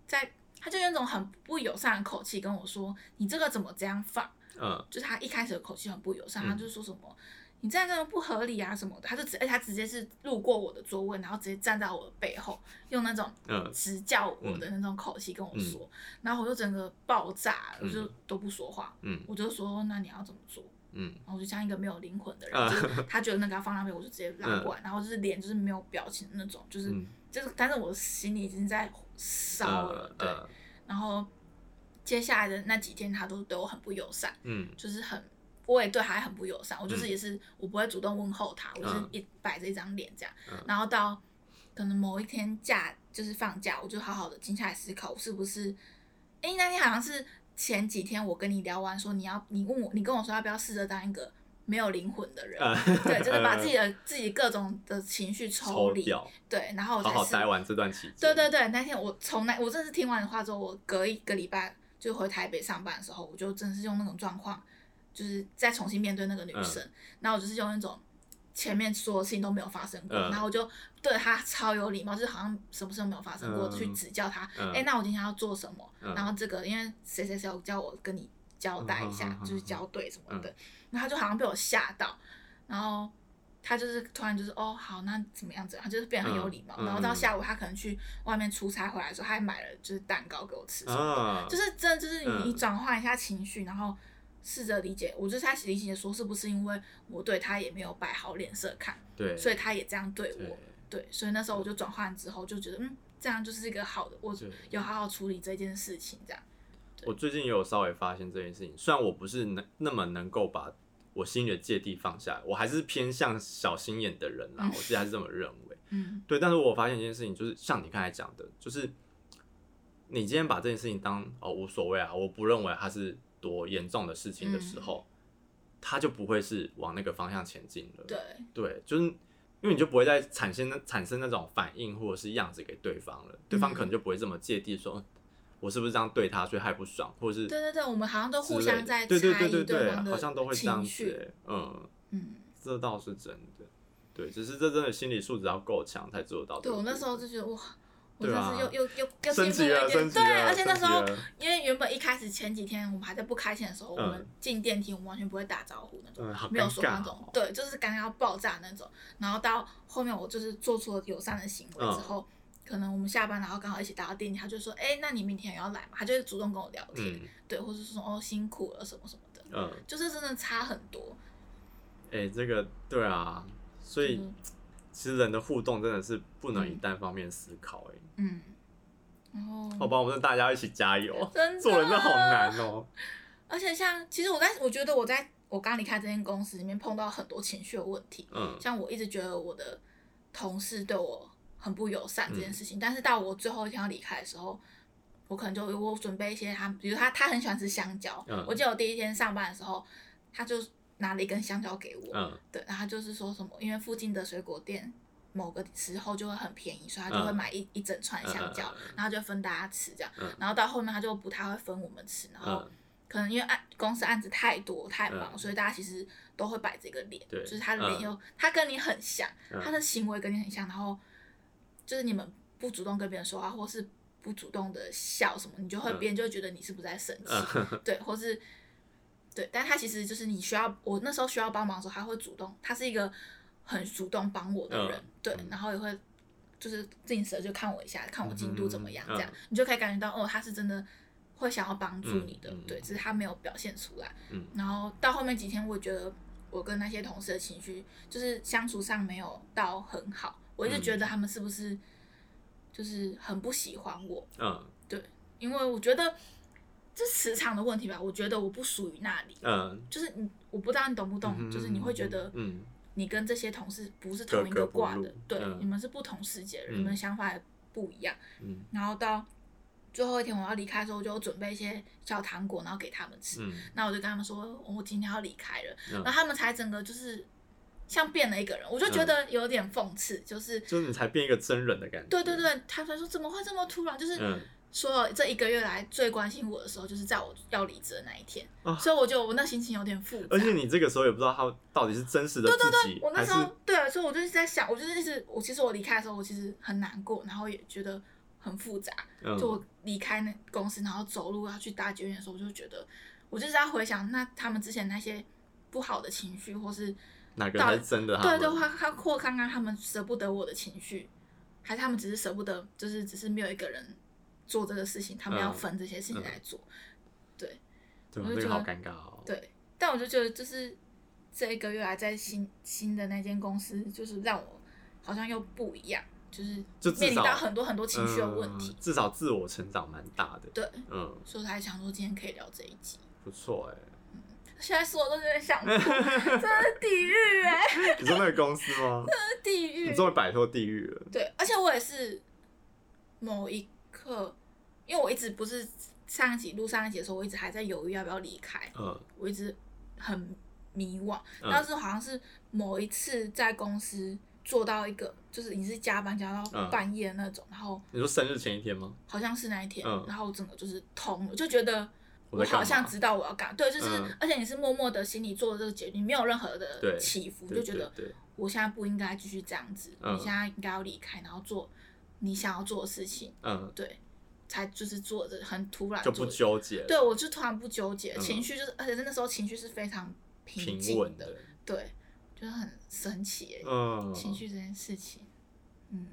[SPEAKER 1] 在。他就用一种很不友善的口气跟我说：“你这个怎么这样放？”
[SPEAKER 2] 嗯
[SPEAKER 1] 就是他一开始的口气很不友善，
[SPEAKER 2] 嗯
[SPEAKER 1] 他就说什么“你这样真的不合理啊”什么的，他就直，而且他直接是路过我的座位，然后直接站在我的背后，用那种
[SPEAKER 2] 嗯
[SPEAKER 1] 指教我的那种口气跟我说，然后我就整个爆炸了，我就都不说话，
[SPEAKER 2] 嗯
[SPEAKER 1] 我就说那你要怎么做？
[SPEAKER 2] 嗯
[SPEAKER 1] 然后我就像一个没有灵魂的人，
[SPEAKER 2] 啊
[SPEAKER 1] 就是他觉得那个要放那边，我就直接拉过来，然后就是脸就是没有表情的那种，就是、
[SPEAKER 2] 嗯，
[SPEAKER 1] 就是，但是我心里已经在烧了，对，
[SPEAKER 2] 呃
[SPEAKER 1] 然后接下来的那几天他都对我很不友善。
[SPEAKER 2] 嗯
[SPEAKER 1] 就是很，我也对他很不友善。我就是
[SPEAKER 2] 嗯
[SPEAKER 1] 也是，我不会主动问候他，我就是
[SPEAKER 2] 嗯
[SPEAKER 1] 一摆着一张脸这样。
[SPEAKER 2] 嗯
[SPEAKER 1] 然后到可能某一天假就是放假，我就好好的静下来思考，我是不是？哎、那天好像是前几天我跟你聊完说你要，你问我，你跟我说要不要试着当一个没有灵魂的人。
[SPEAKER 2] 呃，
[SPEAKER 1] 对，就是把
[SPEAKER 2] 呃
[SPEAKER 1] 自 己的自己各种的情绪
[SPEAKER 2] 抽
[SPEAKER 1] 离，
[SPEAKER 2] 掉，
[SPEAKER 1] 对，然后我才
[SPEAKER 2] 好好
[SPEAKER 1] 是
[SPEAKER 2] 待完这段期间。
[SPEAKER 1] 对对对，那天我从那我真的是听完你话之后，我隔一个礼拜就回台北上班的时候，我就真的是用那种状况，就是再重新面对那个女
[SPEAKER 2] 嗯
[SPEAKER 1] 生，然后我就是用那种前面所有事情都没有发生过，
[SPEAKER 2] 嗯
[SPEAKER 1] 然后我就对她超有礼貌，就是好像什么事都没有发生过，
[SPEAKER 2] 嗯
[SPEAKER 1] 去指教她，哎、
[SPEAKER 2] 嗯
[SPEAKER 1] 那我今天要做什么？
[SPEAKER 2] 嗯
[SPEAKER 1] 然后这个因为谁谁谁有叫我跟你交代一下，
[SPEAKER 2] 嗯嗯嗯嗯
[SPEAKER 1] 就是
[SPEAKER 2] 嗯
[SPEAKER 1] 交对什么的，然后她就好像被我吓到，然后他就是突然就是哦好那怎么样子，他就是变得很有礼貌，
[SPEAKER 2] 嗯嗯
[SPEAKER 1] 然后到下午他可能去外面出差回来的时候，他还买了就是蛋糕给我吃，
[SPEAKER 2] 啊，
[SPEAKER 1] 就是真的就是
[SPEAKER 2] 嗯
[SPEAKER 1] 你你转换一下情绪，然后试着理解，我就是开始理解说是不是因为我对他也没有摆好脸色看，
[SPEAKER 2] 对，
[SPEAKER 1] 所以他也这样对我，
[SPEAKER 2] 对
[SPEAKER 1] 对，所以那时候我就转换之后就觉得嗯这样就是一个好的，我
[SPEAKER 2] 对
[SPEAKER 1] 有好好处理这件事情这样，
[SPEAKER 2] 我最近也有稍微发现这件事情，虽然我不是能那么能够把我心里的芥蒂放下来，我还是偏向小心眼的人啦，
[SPEAKER 1] 嗯
[SPEAKER 2] 我自己还是这么认为。
[SPEAKER 1] 嗯
[SPEAKER 2] 对，但是我发现一件事情，就是像你刚才讲的，就是你今天把这件事情当哦无所谓啊，我不认为它是多严重的事情的
[SPEAKER 1] 嗯
[SPEAKER 2] 时候，它就不会是往那个方向前进了。
[SPEAKER 1] 对，
[SPEAKER 2] 对，就是因为你就不会再产生那产生那种反应或者是样子给对方了，对方可
[SPEAKER 1] 嗯
[SPEAKER 2] 能就不会这么芥蒂说，我是不是这样对他，所以他也不爽，或者是
[SPEAKER 1] 对对对我们好像都互
[SPEAKER 2] 之类
[SPEAKER 1] 相
[SPEAKER 2] 的
[SPEAKER 1] 在
[SPEAKER 2] 对对
[SPEAKER 1] 猜
[SPEAKER 2] 对
[SPEAKER 1] 疑
[SPEAKER 2] 对
[SPEAKER 1] 对
[SPEAKER 2] 对，
[SPEAKER 1] 方的
[SPEAKER 2] 好像都会这样
[SPEAKER 1] 情绪
[SPEAKER 2] 子、欸，嗯，
[SPEAKER 1] 嗯。
[SPEAKER 2] 这倒是真的，对，只是这真的心理素质要够强才做得到这
[SPEAKER 1] 对
[SPEAKER 2] 个部
[SPEAKER 1] 我
[SPEAKER 2] 分。
[SPEAKER 1] 那时候就觉得哇，我真
[SPEAKER 2] 对
[SPEAKER 1] 是
[SPEAKER 2] 啊
[SPEAKER 1] 又、又又又
[SPEAKER 2] 升级了，
[SPEAKER 1] 点，
[SPEAKER 2] 升级
[SPEAKER 1] 对，
[SPEAKER 2] 了，
[SPEAKER 1] 而且那时候
[SPEAKER 2] 升级了
[SPEAKER 1] 因为原本一开始前几天我们还在不开心的时候，我们
[SPEAKER 2] 嗯
[SPEAKER 1] 进电梯我们完全不会打招呼那种。
[SPEAKER 2] 嗯，好
[SPEAKER 1] 没有
[SPEAKER 2] 尴
[SPEAKER 1] 说那
[SPEAKER 2] 尬
[SPEAKER 1] 种，
[SPEAKER 2] 哦
[SPEAKER 1] 对，就是刚刚要爆炸那种。然后到后面我就是做出了友善的行为
[SPEAKER 2] 嗯
[SPEAKER 1] 之后，可能我们下班然后刚好一起打到电梯，他就说：“哎、那你明天也要来嘛？”他就会主动跟我聊天，
[SPEAKER 2] 嗯
[SPEAKER 1] 对，或者是说：“哦，辛苦了什么什么的。
[SPEAKER 2] 嗯，”
[SPEAKER 1] 就是真的差很多。
[SPEAKER 2] 哎、这个对啊，所以、
[SPEAKER 1] 嗯
[SPEAKER 2] 其实人的互动真的是不能以
[SPEAKER 1] 嗯
[SPEAKER 2] 单方面思考、哎、
[SPEAKER 1] 嗯，然后
[SPEAKER 2] 好吧，我们大家一起加油。
[SPEAKER 1] 真的啊
[SPEAKER 2] 做人真的好难哦、
[SPEAKER 1] 而且像，其实我在我觉得我在我刚离开这间公司里面碰到很多情绪的问题，
[SPEAKER 2] 嗯
[SPEAKER 1] 像我一直觉得我的同事对我很不友善
[SPEAKER 2] 嗯
[SPEAKER 1] 这件事情，但是到我最后一天要离开的时候，我可能就我准备一些他，比如他他很喜欢吃香蕉，
[SPEAKER 2] 嗯
[SPEAKER 1] 我记得我第一天上班的时候，他就拿了一根香蕉给我，
[SPEAKER 2] 嗯
[SPEAKER 1] 对，然后他就是说什么，因为附近的水果店某个时候就会很便宜，所以他就会
[SPEAKER 2] 嗯
[SPEAKER 1] 买一、一整串香蕉，
[SPEAKER 2] 嗯嗯嗯嗯
[SPEAKER 1] 然后就分大家吃这样，
[SPEAKER 2] 嗯
[SPEAKER 1] 然后到后面他就不太会分我们吃，然后
[SPEAKER 2] 嗯
[SPEAKER 1] 可能因为案公司案子太多太忙，
[SPEAKER 2] 嗯
[SPEAKER 1] 所以大家其实都会摆这个脸，
[SPEAKER 2] 对
[SPEAKER 1] 就是他的脸
[SPEAKER 2] 嗯
[SPEAKER 1] 又、他跟你很像，
[SPEAKER 2] 嗯
[SPEAKER 1] 他的行为跟你很像，然后就是你们不主动跟别人说话，或是不主动的笑什么，你就会
[SPEAKER 2] 嗯
[SPEAKER 1] 别人就会觉得你是不是在生气，
[SPEAKER 2] 嗯
[SPEAKER 1] 对，或是对，但他其实就是你需要我那时候需要帮忙的时候，他会主动，他是一个很主动帮我的人，
[SPEAKER 2] 嗯
[SPEAKER 1] 对
[SPEAKER 2] 嗯，
[SPEAKER 1] 然后也会就是定时地就看我一下，看我进度怎么样，
[SPEAKER 2] 嗯
[SPEAKER 1] 这样、你就可以感觉到哦，他是真的会想要帮助你的，
[SPEAKER 2] 嗯嗯
[SPEAKER 1] 对，
[SPEAKER 2] 嗯
[SPEAKER 1] 只是他没有表现出来。
[SPEAKER 2] 嗯
[SPEAKER 1] 然后到后面几天，我觉得我跟那些同事的情绪就是相处上没有到很好，我一直
[SPEAKER 2] 嗯
[SPEAKER 1] 觉得他们是不是就是很不喜欢我，
[SPEAKER 2] 嗯
[SPEAKER 1] 因为我觉得这磁场的问题吧，我觉得我不属于那里，
[SPEAKER 2] 嗯，
[SPEAKER 1] 就是你我不知道你懂不懂，
[SPEAKER 2] 嗯
[SPEAKER 1] 就是你会觉得
[SPEAKER 2] 嗯
[SPEAKER 1] 你跟这些同事不是同一
[SPEAKER 2] 格格
[SPEAKER 1] 个
[SPEAKER 2] 不
[SPEAKER 1] 挂
[SPEAKER 2] 入
[SPEAKER 1] 的，对，
[SPEAKER 2] 嗯
[SPEAKER 1] 你们是不同世界的人，
[SPEAKER 2] 嗯
[SPEAKER 1] 你们想法也不一样。
[SPEAKER 2] 嗯
[SPEAKER 1] 然后到最后一天我要离开的时候，我就准备一些小糖果，然后给他们吃。
[SPEAKER 2] 嗯
[SPEAKER 1] 那我就跟他们说，哦我今天要离开了，
[SPEAKER 2] 嗯
[SPEAKER 1] 然后他们才整个就是像变了一个人，我就觉得有点讽刺，就是
[SPEAKER 2] 嗯就是你才变一个真人的感觉。
[SPEAKER 1] 对对，对，他们说怎么会这么突然？就是
[SPEAKER 2] 嗯
[SPEAKER 1] 说这一个月来最关心我的时候，就是在我要离职的那一天，
[SPEAKER 2] 啊
[SPEAKER 1] 所以我就我那心情有点复杂。
[SPEAKER 2] 而且你这个时候也不知道他到底是真实的自己，
[SPEAKER 1] 我那
[SPEAKER 2] 还
[SPEAKER 1] 时
[SPEAKER 2] 是
[SPEAKER 1] 候对，啊所以我就一直在想，我就是一直我其实我离开的时候，我其实很难过，然后也觉得很复杂。就
[SPEAKER 2] 嗯
[SPEAKER 1] 我离开那公司，然后走路要去搭捷运的时候，我就觉得我就是在回想那他们之前那些不好的情绪，或是
[SPEAKER 2] 哪个才是真的他
[SPEAKER 1] 对
[SPEAKER 2] 们？
[SPEAKER 1] 对，或他或刚刚他们舍不得我的情绪，还是他们只是舍不得，就是只是没有一个人做这个事情，他们要
[SPEAKER 2] 嗯
[SPEAKER 1] 分这些事情
[SPEAKER 2] 嗯
[SPEAKER 1] 来做。
[SPEAKER 2] 对，
[SPEAKER 1] 我就
[SPEAKER 2] 这
[SPEAKER 1] 觉
[SPEAKER 2] 个好
[SPEAKER 1] 得
[SPEAKER 2] 尴尬哦。
[SPEAKER 1] 对，但我就觉得就是这一个月来在新新的那间公司，就是让我好像又不一样，就是
[SPEAKER 2] 就至
[SPEAKER 1] 面临
[SPEAKER 2] 少
[SPEAKER 1] 到很多很多情绪的问题
[SPEAKER 2] 嗯。至少自我成长蛮大的。
[SPEAKER 1] 对，
[SPEAKER 2] 嗯，
[SPEAKER 1] 所以我才想说今天可以聊这一集。
[SPEAKER 2] 不错哎、
[SPEAKER 1] 现在说我都有点想哭， 真的是地狱哎、
[SPEAKER 2] 你说那个公司吗？
[SPEAKER 1] 地
[SPEAKER 2] 你
[SPEAKER 1] 狱。
[SPEAKER 2] 终于摆脱地狱了。
[SPEAKER 1] 对，而且我也是某一刻，因为我一直不是上一集录上一集的时候，我一直还在犹豫要不要离开，
[SPEAKER 2] 嗯
[SPEAKER 1] 我一直很迷惘。
[SPEAKER 2] 嗯
[SPEAKER 1] 但是好像是某一次在公司做到一个，就是你是加班加到
[SPEAKER 2] 嗯
[SPEAKER 1] 半夜那种，然后
[SPEAKER 2] 你说生日前一天吗？
[SPEAKER 1] 好像是那一天，
[SPEAKER 2] 嗯
[SPEAKER 1] 然后我整个就是通了，就觉得。
[SPEAKER 2] 我
[SPEAKER 1] 我
[SPEAKER 2] 在干嘛
[SPEAKER 1] 好像知道我要干，对，就是，
[SPEAKER 2] 嗯
[SPEAKER 1] 而且你是默默的心里做了这个决定，没有任何的
[SPEAKER 2] 对
[SPEAKER 1] 起伏，
[SPEAKER 2] 对
[SPEAKER 1] 就觉得
[SPEAKER 2] 对对
[SPEAKER 1] 我现在不应该继续这样子，
[SPEAKER 2] 嗯
[SPEAKER 1] 你现在应该要离开，然后做你想要做的事情，
[SPEAKER 2] 嗯，
[SPEAKER 1] 对，才就是做的很突然
[SPEAKER 2] 就
[SPEAKER 1] 做，
[SPEAKER 2] 不纠结了，
[SPEAKER 1] 对我就突然不纠结，
[SPEAKER 2] 嗯
[SPEAKER 1] 情绪就是，而且那时候情绪是非常平
[SPEAKER 2] 平
[SPEAKER 1] 静
[SPEAKER 2] 稳
[SPEAKER 1] 的，，对，就是很神奇耶、
[SPEAKER 2] 嗯，
[SPEAKER 1] 情绪这件事情，嗯，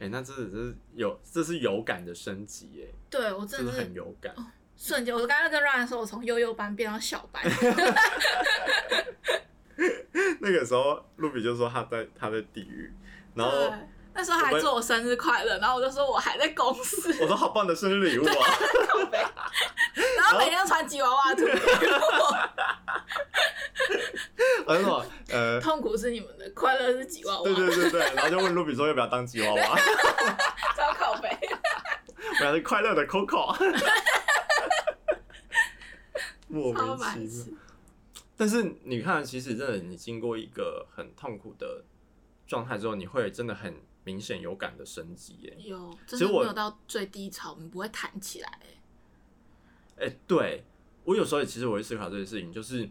[SPEAKER 2] 哎、那真的是有，这是有感的升级哎、
[SPEAKER 1] 对我真的
[SPEAKER 2] 真的
[SPEAKER 1] 是哦
[SPEAKER 2] 很有感。
[SPEAKER 1] 瞬间，我刚刚跟 Ryan 说，我从悠悠班变到小班，
[SPEAKER 2] 那个时候，露比就说他在他在地狱，然后
[SPEAKER 1] 对。那时候还
[SPEAKER 2] 我们
[SPEAKER 1] 祝我生日快乐，然后我就说我还在公司，
[SPEAKER 2] 我 说好棒的生日礼物啊！
[SPEAKER 1] 然后每天都穿吉娃娃图，
[SPEAKER 2] 我就说 呃，
[SPEAKER 1] 痛苦是你们的，快乐是吉娃娃，
[SPEAKER 2] 对对对对，然后就问露比说要不要当吉娃 娃，
[SPEAKER 1] 超靠背。
[SPEAKER 2] 我要是快乐的 Coco，莫
[SPEAKER 1] 超
[SPEAKER 2] 名
[SPEAKER 1] 白
[SPEAKER 2] 其
[SPEAKER 1] 痴
[SPEAKER 2] 妙。但是你看，其实真的，你经过一个很痛苦的状态之后，你会真的很明显有感的升级耶。
[SPEAKER 1] 有，真
[SPEAKER 2] 其实
[SPEAKER 1] 的
[SPEAKER 2] 我
[SPEAKER 1] 没有到最低潮，你不会弹起来、欸。
[SPEAKER 2] 哎、对我有时候也其实我会思考这件事情，就是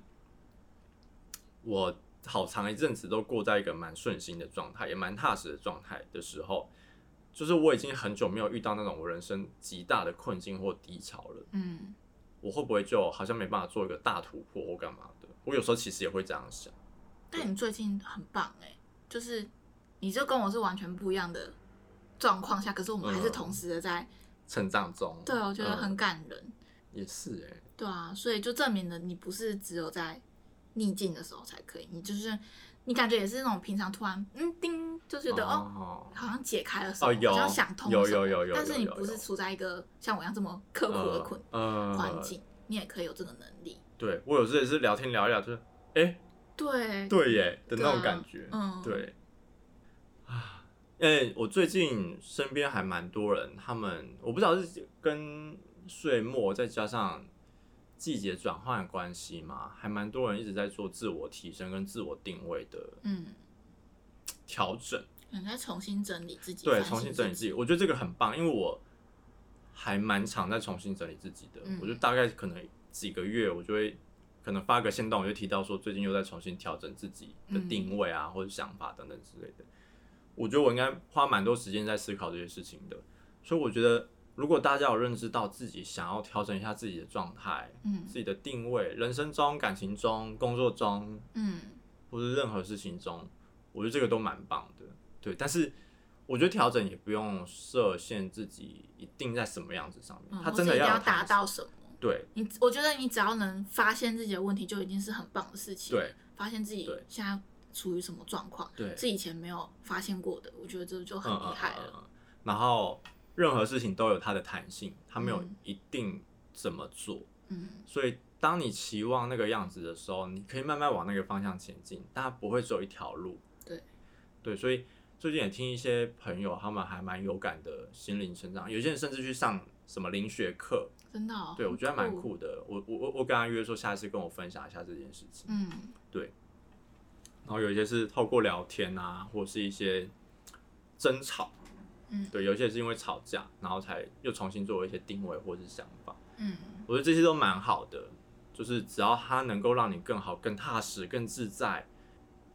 [SPEAKER 2] 我好长一阵子都过在一个蛮顺心的状态，也蛮踏实的状态的时候，就是我已经很久没有遇到那种我人生极大的困境或低潮了。
[SPEAKER 1] 嗯，
[SPEAKER 2] 我会不会就好像没办法做一个大突破或干嘛的？我有时候其实也会这样想。
[SPEAKER 1] 但你最近很棒哎、就是你就跟我是完全不一样的状况下，可是我们还是
[SPEAKER 2] 嗯
[SPEAKER 1] 同时的在，
[SPEAKER 2] 成长中，
[SPEAKER 1] 对啊我觉得很
[SPEAKER 2] 嗯
[SPEAKER 1] 感人。
[SPEAKER 2] 也是哎、
[SPEAKER 1] 对啊，所以就证明了你不是只有在逆境的时候才可以，你就是你感觉也是那种平常突然嗯叮就觉得哦
[SPEAKER 2] 哦
[SPEAKER 1] 好像解开了什么，
[SPEAKER 2] 哦有
[SPEAKER 1] 好像想通了
[SPEAKER 2] 有
[SPEAKER 1] 什么
[SPEAKER 2] 有有有
[SPEAKER 1] 但是你
[SPEAKER 2] 有有
[SPEAKER 1] 不是
[SPEAKER 2] 有
[SPEAKER 1] 处在一个像我一样这么刻苦的困
[SPEAKER 2] 嗯
[SPEAKER 1] 环境，你也可以有这个能力。
[SPEAKER 2] 对我有时候也是聊天聊一聊，就是哎、诶
[SPEAKER 1] 对，
[SPEAKER 2] 对耶的那
[SPEAKER 1] 对
[SPEAKER 2] 种
[SPEAKER 1] 啊
[SPEAKER 2] 感觉，
[SPEAKER 1] 嗯，，
[SPEAKER 2] 对，啊，哎，我最近身边还蛮多人，他们我不知道是跟岁末再加上季节转换的关系嘛，还蛮多人一直在做自我提升跟自我定位的
[SPEAKER 1] 嗯，
[SPEAKER 2] 调整，
[SPEAKER 1] 你再重新整理自己，
[SPEAKER 2] 对，
[SPEAKER 1] 反省
[SPEAKER 2] 重新整理
[SPEAKER 1] 自
[SPEAKER 2] 自己，我觉得这个很棒，因为我还蛮常在重新整理自己的，
[SPEAKER 1] 嗯
[SPEAKER 2] 我就大概可能几个月，我就会。可能发个线动，我就提到说最近又在重新调整自己的
[SPEAKER 1] 嗯
[SPEAKER 2] 定位啊，或者想法等等之类的。我觉得我应该花蛮多时间在思考这些事情的，所以我觉得如果大家有认知到自己想要调整一下自己的状态、
[SPEAKER 1] 嗯
[SPEAKER 2] 自己的定位，人生中、感情中、工作中，
[SPEAKER 1] 嗯，
[SPEAKER 2] 或是任何事情中，我觉得这个都蛮棒的。对，但是我觉得调整也不用设限自己一定在什么样子上面，
[SPEAKER 1] 嗯
[SPEAKER 2] 他
[SPEAKER 1] 或
[SPEAKER 2] 真
[SPEAKER 1] 是
[SPEAKER 2] 的
[SPEAKER 1] 一定
[SPEAKER 2] 要
[SPEAKER 1] 要
[SPEAKER 2] 有
[SPEAKER 1] 达
[SPEAKER 2] 弹性。
[SPEAKER 1] 到什么？
[SPEAKER 2] 对
[SPEAKER 1] 你我觉得你只要能发现自己的问题，就已经是很棒的事情。，
[SPEAKER 2] 对
[SPEAKER 1] 发现自己
[SPEAKER 2] 对
[SPEAKER 1] 现在处于什么状况，
[SPEAKER 2] 对，
[SPEAKER 1] 是以前没有发现过的，我觉得这就很
[SPEAKER 2] 嗯
[SPEAKER 1] 厉害了。
[SPEAKER 2] 嗯嗯嗯嗯然后任何事情都有它的弹性，它没有
[SPEAKER 1] 嗯
[SPEAKER 2] 一定怎么做，
[SPEAKER 1] 嗯
[SPEAKER 2] 所以当你期望那个样子的时候，你可以慢慢往那个方向前进，但它不会只有一条路。
[SPEAKER 1] 对，
[SPEAKER 2] 对，所以最近也听一些朋友，他们还蛮有感的心灵成长，有些人甚至去上什么灵学课，
[SPEAKER 1] 真的、哦，
[SPEAKER 2] 对我觉得还
[SPEAKER 1] 很
[SPEAKER 2] 蛮。酷的。我我我我跟他约说，下次跟我分享一下这件事情。
[SPEAKER 1] 嗯，
[SPEAKER 2] 然后有一些是透过聊天啊，或是一些争吵，
[SPEAKER 1] 嗯
[SPEAKER 2] 对，有一些是因为吵架，然后才又重新做一些定位或是想法。
[SPEAKER 1] 嗯，
[SPEAKER 2] 我觉得这些都蛮好的，就是只要它能够让你更好、更踏实、更自在。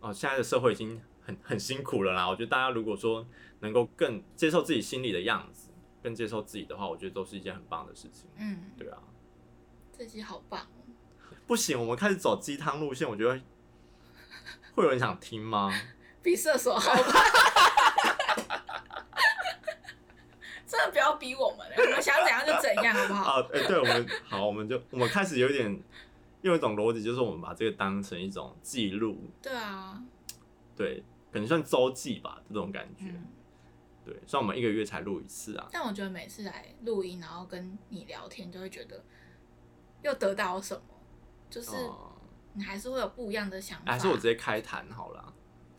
[SPEAKER 2] 哦，现在的社会已经很很辛苦了啦。我觉得大家如果说能够更接受自己心里的样子，更接受自己的话，我觉得都是一件很棒的事情。
[SPEAKER 1] 嗯，
[SPEAKER 2] 对啊，
[SPEAKER 1] 这集好棒哦，
[SPEAKER 2] 不行，我们开始走鸡汤路线，我觉得会有人想听吗？
[SPEAKER 1] 比射手好棒。 真的不要逼我们了，欸我们想怎样就怎样，好不好？
[SPEAKER 2] 啊，哎、对，我们好，我们就我们开始有一点用一种逻辑，就是我们把这个当成一种记录，
[SPEAKER 1] 对啊，
[SPEAKER 2] 对，可能算周记吧，这种感觉。
[SPEAKER 1] 嗯，
[SPEAKER 2] 对，虽然我们一个月才录一次啊，
[SPEAKER 1] 但我觉得每次来录音，然后跟你聊天，就会觉得又得到了什么，就是
[SPEAKER 2] 哦哎
[SPEAKER 1] 你还是会有不一样的想法。
[SPEAKER 2] 还是我直接开坛好了，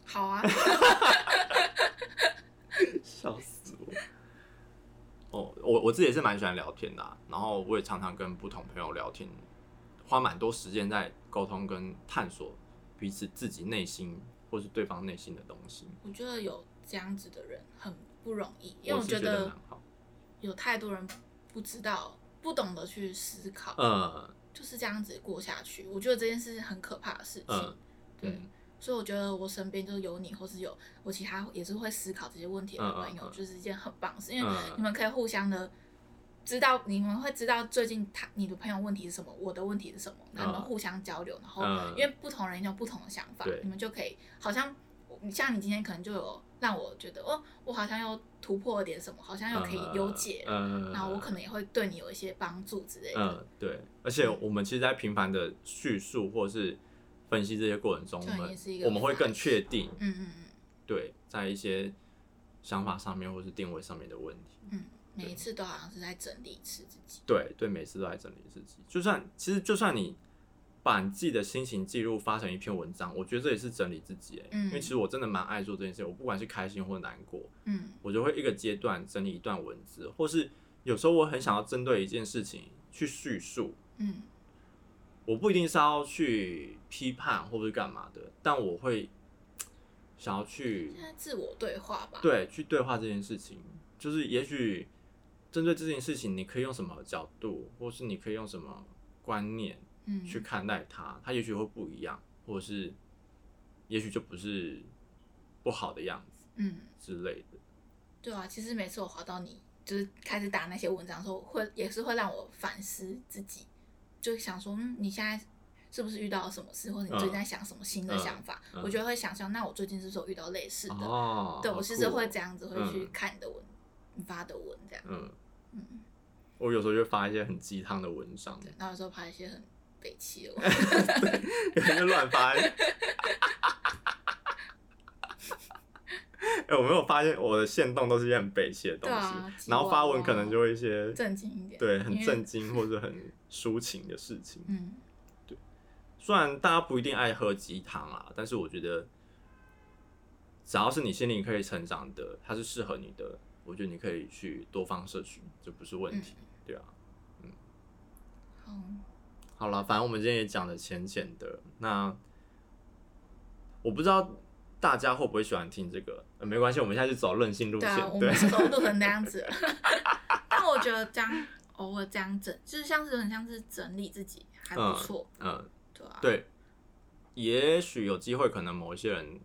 [SPEAKER 1] 好啊，
[SPEAKER 2] 笑死我。哦，我我自己也是蛮喜欢聊天的啊、然后我也常常跟不同朋友聊天，花蛮多时间在沟通跟探索彼此自己内心或是对方内心的东西，
[SPEAKER 1] 我觉得有这样子的人很不容易，因为
[SPEAKER 2] 我
[SPEAKER 1] 我
[SPEAKER 2] 是
[SPEAKER 1] 觉
[SPEAKER 2] 觉得
[SPEAKER 1] 得
[SPEAKER 2] 蛮好。
[SPEAKER 1] 有太多人不知道、不懂得去思考，
[SPEAKER 2] 嗯
[SPEAKER 1] 就是这样子过下去。我觉得这件事是很可怕的事情，
[SPEAKER 2] 嗯
[SPEAKER 1] 对。
[SPEAKER 2] 嗯
[SPEAKER 1] 所以我觉得我身边就是有你，或是有我其他也是会思考这些问题的朋友，
[SPEAKER 2] 嗯嗯嗯
[SPEAKER 1] 就是一件很棒的事，因为你
[SPEAKER 2] 嗯
[SPEAKER 1] 们可以互相的知道，你们会知道最近他你的朋友问题是什么，我的问题是什么，然后你们
[SPEAKER 2] 嗯
[SPEAKER 1] 互相交流，然后
[SPEAKER 2] 嗯
[SPEAKER 1] 因为不同人有不同的想法
[SPEAKER 2] 对，
[SPEAKER 1] 你们就可以好像你像你今天可能就有让我觉得哦，我好像又突破了点什么，好像又可以有解，
[SPEAKER 2] 嗯，
[SPEAKER 1] 然后我可能也会对你有一些帮助之类的，
[SPEAKER 2] 嗯，对，而且我们其实，在频繁的叙述或是分析这些过程中，
[SPEAKER 1] 对也
[SPEAKER 2] 我们
[SPEAKER 1] 是一个
[SPEAKER 2] 我们会
[SPEAKER 1] 发现
[SPEAKER 2] 更确定，
[SPEAKER 1] 嗯嗯嗯
[SPEAKER 2] 对，在一些想法上面或是定位上面的问题，
[SPEAKER 1] 嗯，每一次都好像是在整理一次自己，
[SPEAKER 2] 对对，每次都在整理自己，就算其实就算你把你自己的心情记录发成一篇文章，我觉得这也是整理自己、欸，
[SPEAKER 1] 嗯
[SPEAKER 2] 因为其实我真的蛮爱做这件事，我不管是开心或难过，
[SPEAKER 1] 嗯
[SPEAKER 2] 我就会一个阶段整理一段文字，或是有时候我很想要针对一件事情去叙述，
[SPEAKER 1] 嗯
[SPEAKER 2] 我不一定是要去批判或者是干嘛的，但我会想要去
[SPEAKER 1] 现在自我对话吧，
[SPEAKER 2] 对去对话这件事情，就是也许针对这件事情，你可以用什么角度，或是你可以用什么观念
[SPEAKER 1] 嗯，
[SPEAKER 2] 去看待它，它也许会不一样，或者是也许就不是不好的样子
[SPEAKER 1] 嗯。
[SPEAKER 2] 之类的。
[SPEAKER 1] 对啊，其实每次我滑到你就是开始打那些文章的时候，会也是会让我反思自己，就想说，嗯，你现在是不是遇到了什么事，或者你最近在想什么新的想法？
[SPEAKER 2] 嗯嗯
[SPEAKER 1] 我觉得会想象，那我最近是不是有遇到类似的？
[SPEAKER 2] 哦，
[SPEAKER 1] 对，我其实会这
[SPEAKER 2] 样，
[SPEAKER 1] 样子会去
[SPEAKER 2] 嗯
[SPEAKER 1] 看你的文，你发的文这样，
[SPEAKER 2] 嗯，
[SPEAKER 1] 嗯，
[SPEAKER 2] 我有时候就会发一些很鸡汤的文章，
[SPEAKER 1] 对，然后有时候拍一些很北气的 文，
[SPEAKER 2] 就 乱发。哎、哎我没有发现我的线动都是一些很北气的东西，
[SPEAKER 1] 对啊
[SPEAKER 2] 然后发文
[SPEAKER 1] 吉娃娃
[SPEAKER 2] 可能就会一些
[SPEAKER 1] 正经一点，
[SPEAKER 2] 对很
[SPEAKER 1] 因为
[SPEAKER 2] 震，惊或者很抒情的事情。
[SPEAKER 1] 嗯，
[SPEAKER 2] 虽然大家不一定爱喝鸡汤啊，但是我觉得只要是你心灵可以成长的，它是适合你的，我觉得你可以去多方摄取，这不是问题。
[SPEAKER 1] 嗯
[SPEAKER 2] 对啊，
[SPEAKER 1] 好，
[SPEAKER 2] 好了，反正我们今天也讲的浅浅的。那我不知道大家会不会喜欢听这个，呃没关系，我们现在就走任性路
[SPEAKER 1] 对
[SPEAKER 2] 线
[SPEAKER 1] 啊，。我
[SPEAKER 2] 对
[SPEAKER 1] 们，是都录成那样 子 了，但我觉得这样偶尔这样整，就是像是很像是整理自己，还不错，
[SPEAKER 2] 嗯，
[SPEAKER 1] 对啊，
[SPEAKER 2] 对。也许有机会，可能某一些人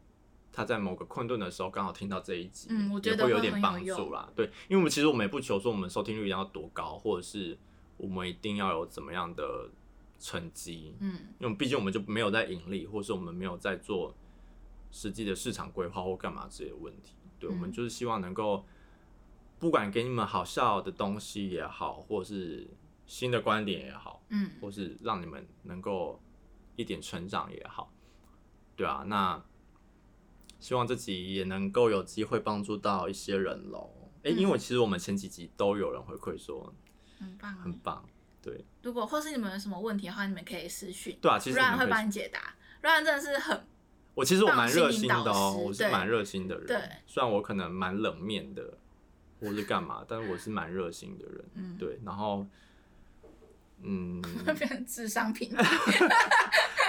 [SPEAKER 2] 他在某个困顿的时候刚好听到这一集，
[SPEAKER 1] 嗯我觉得
[SPEAKER 2] 也会有
[SPEAKER 1] 会
[SPEAKER 2] 点
[SPEAKER 1] 很
[SPEAKER 2] 帮
[SPEAKER 1] 有用
[SPEAKER 2] 助啦。对，因为我们其实我们也不求说我们收听率一定要多高，或者是我们一定要有怎么样的成绩，
[SPEAKER 1] 嗯
[SPEAKER 2] 因为毕竟我们就没有在盈利，或是我们没有在做实际的市场规划或干嘛之类的问题。对，
[SPEAKER 1] 嗯
[SPEAKER 2] 我们就是希望能够，不管给你们好笑的东西也好，或是新的观点也好，
[SPEAKER 1] 嗯
[SPEAKER 2] 或是让你们能够一点成长也好，对啊，那希望这集也能够有机会帮助到一些人喽。诶，
[SPEAKER 1] 嗯
[SPEAKER 2] 因为其实我们前几集都有人回馈说
[SPEAKER 1] 很棒
[SPEAKER 2] 很
[SPEAKER 1] 欸，
[SPEAKER 2] 棒，对
[SPEAKER 1] 如果或是你们有什么问题的话，你们可以私讯，
[SPEAKER 2] 对啊，其实你
[SPEAKER 1] Ryan
[SPEAKER 2] 们可
[SPEAKER 1] 会
[SPEAKER 2] 以
[SPEAKER 1] 帮你解答。Ryan 真的是很
[SPEAKER 2] 我其实我蛮热心的
[SPEAKER 1] 放心引导
[SPEAKER 2] 哦，
[SPEAKER 1] 师
[SPEAKER 2] 我是
[SPEAKER 1] 对
[SPEAKER 2] 蛮热心的人。
[SPEAKER 1] 对
[SPEAKER 2] 虽然我可能蛮冷面的，或是 干嘛，但是我是蛮热心的人。
[SPEAKER 1] 嗯，
[SPEAKER 2] 对，然后，嗯，
[SPEAKER 1] 会变成智商评比，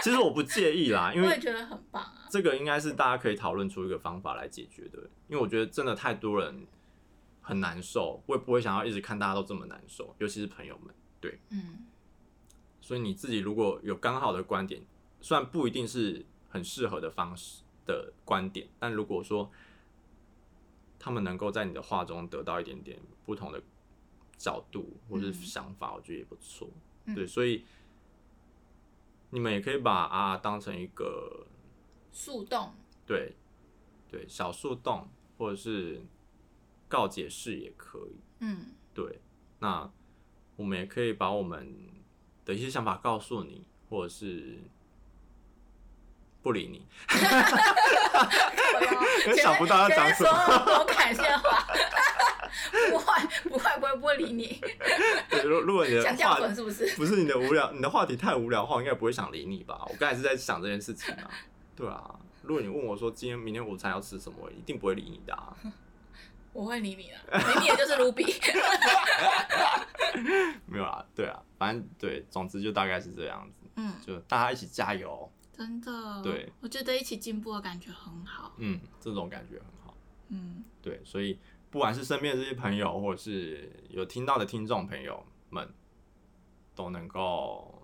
[SPEAKER 2] 其实我不介意啦，因
[SPEAKER 1] 我也
[SPEAKER 2] 为
[SPEAKER 1] 觉得很棒啊。
[SPEAKER 2] 这个应该是大家可以讨论出一个方法来解决的，因为我觉得真的太多人很难受，我也不会想要一直看大家都这么难受，尤其是朋友们。
[SPEAKER 1] 嗯，
[SPEAKER 2] 所以你自己如果有刚好的观点，虽然不一定是很适合的方式的观点，但如果说他们能够在你的话中得到一点点不同的角度或是
[SPEAKER 1] 嗯
[SPEAKER 2] 想法，我觉得也不错。
[SPEAKER 1] 嗯
[SPEAKER 2] 对，所以你们也可以把啊当成一个
[SPEAKER 1] 速动，
[SPEAKER 2] 对对小树洞，或者是告解室也可以。
[SPEAKER 1] 嗯
[SPEAKER 2] 对，那我们也可以把我们的一些想法告诉你，或者是不理你。
[SPEAKER 1] 我
[SPEAKER 2] 想不到要讲什么
[SPEAKER 1] 么，我感谢话， 不会不会不会不会理你，
[SPEAKER 2] 对，如如果你的
[SPEAKER 1] 想
[SPEAKER 2] 话
[SPEAKER 1] 掉粉是不是？
[SPEAKER 2] 不是你的无聊，你的话题太无聊的话，我应该不会想理你吧？我刚才是在想这件事情啊。对啊，如果你问我说今天明天午餐要吃什么，我一定不会理你的、啊。
[SPEAKER 1] 我会理你的，理你的就是卢比。
[SPEAKER 2] 没有啦，对啊，反正对，总之就大概是这样子，
[SPEAKER 1] 嗯，
[SPEAKER 2] 就大家一起加油，哦
[SPEAKER 1] 真的，
[SPEAKER 2] 对，
[SPEAKER 1] 我觉得一起进步的感觉很好。
[SPEAKER 2] 嗯，这种感觉很好。
[SPEAKER 1] 嗯，
[SPEAKER 2] 对，所以不管是身边的这些朋友，或者是有听到的听众朋友们，都能够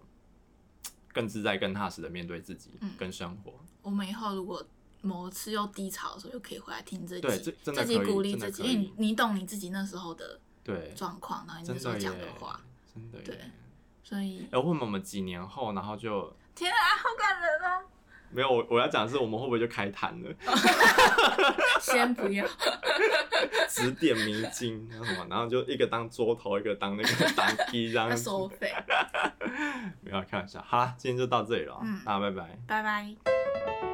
[SPEAKER 2] 嘖更自在、更踏实的面对自己
[SPEAKER 1] 嗯
[SPEAKER 2] 跟生活。
[SPEAKER 1] 我们以后如果某次又低潮的时候，又可以回来听这
[SPEAKER 2] 对
[SPEAKER 1] 集，
[SPEAKER 2] 这真的
[SPEAKER 1] 己
[SPEAKER 2] 可以
[SPEAKER 1] 鼓励
[SPEAKER 2] 真的
[SPEAKER 1] 自己，
[SPEAKER 2] 可以
[SPEAKER 1] 因为你你懂你自己那时候的
[SPEAKER 2] 对，
[SPEAKER 1] 状况，然后你
[SPEAKER 2] 真
[SPEAKER 1] 那时候
[SPEAKER 2] 的耶
[SPEAKER 1] 讲的话，，
[SPEAKER 2] 真的
[SPEAKER 1] 对
[SPEAKER 2] 耶。
[SPEAKER 1] 所以
[SPEAKER 2] 哎，问我们几年后，然后就
[SPEAKER 1] 天啊，好感人 哦！
[SPEAKER 2] 没有我我要讲的是，我们会不会就开坛了，
[SPEAKER 1] 先不要，
[SPEAKER 2] 指点迷津，然后什么，然后就一个当桌头，一个当那个 当机这样
[SPEAKER 1] 要
[SPEAKER 2] 子。
[SPEAKER 1] 收费，
[SPEAKER 2] 没有开玩笑，好啦，今天就到这里了，
[SPEAKER 1] 嗯
[SPEAKER 2] 大家拜拜。
[SPEAKER 1] 拜拜。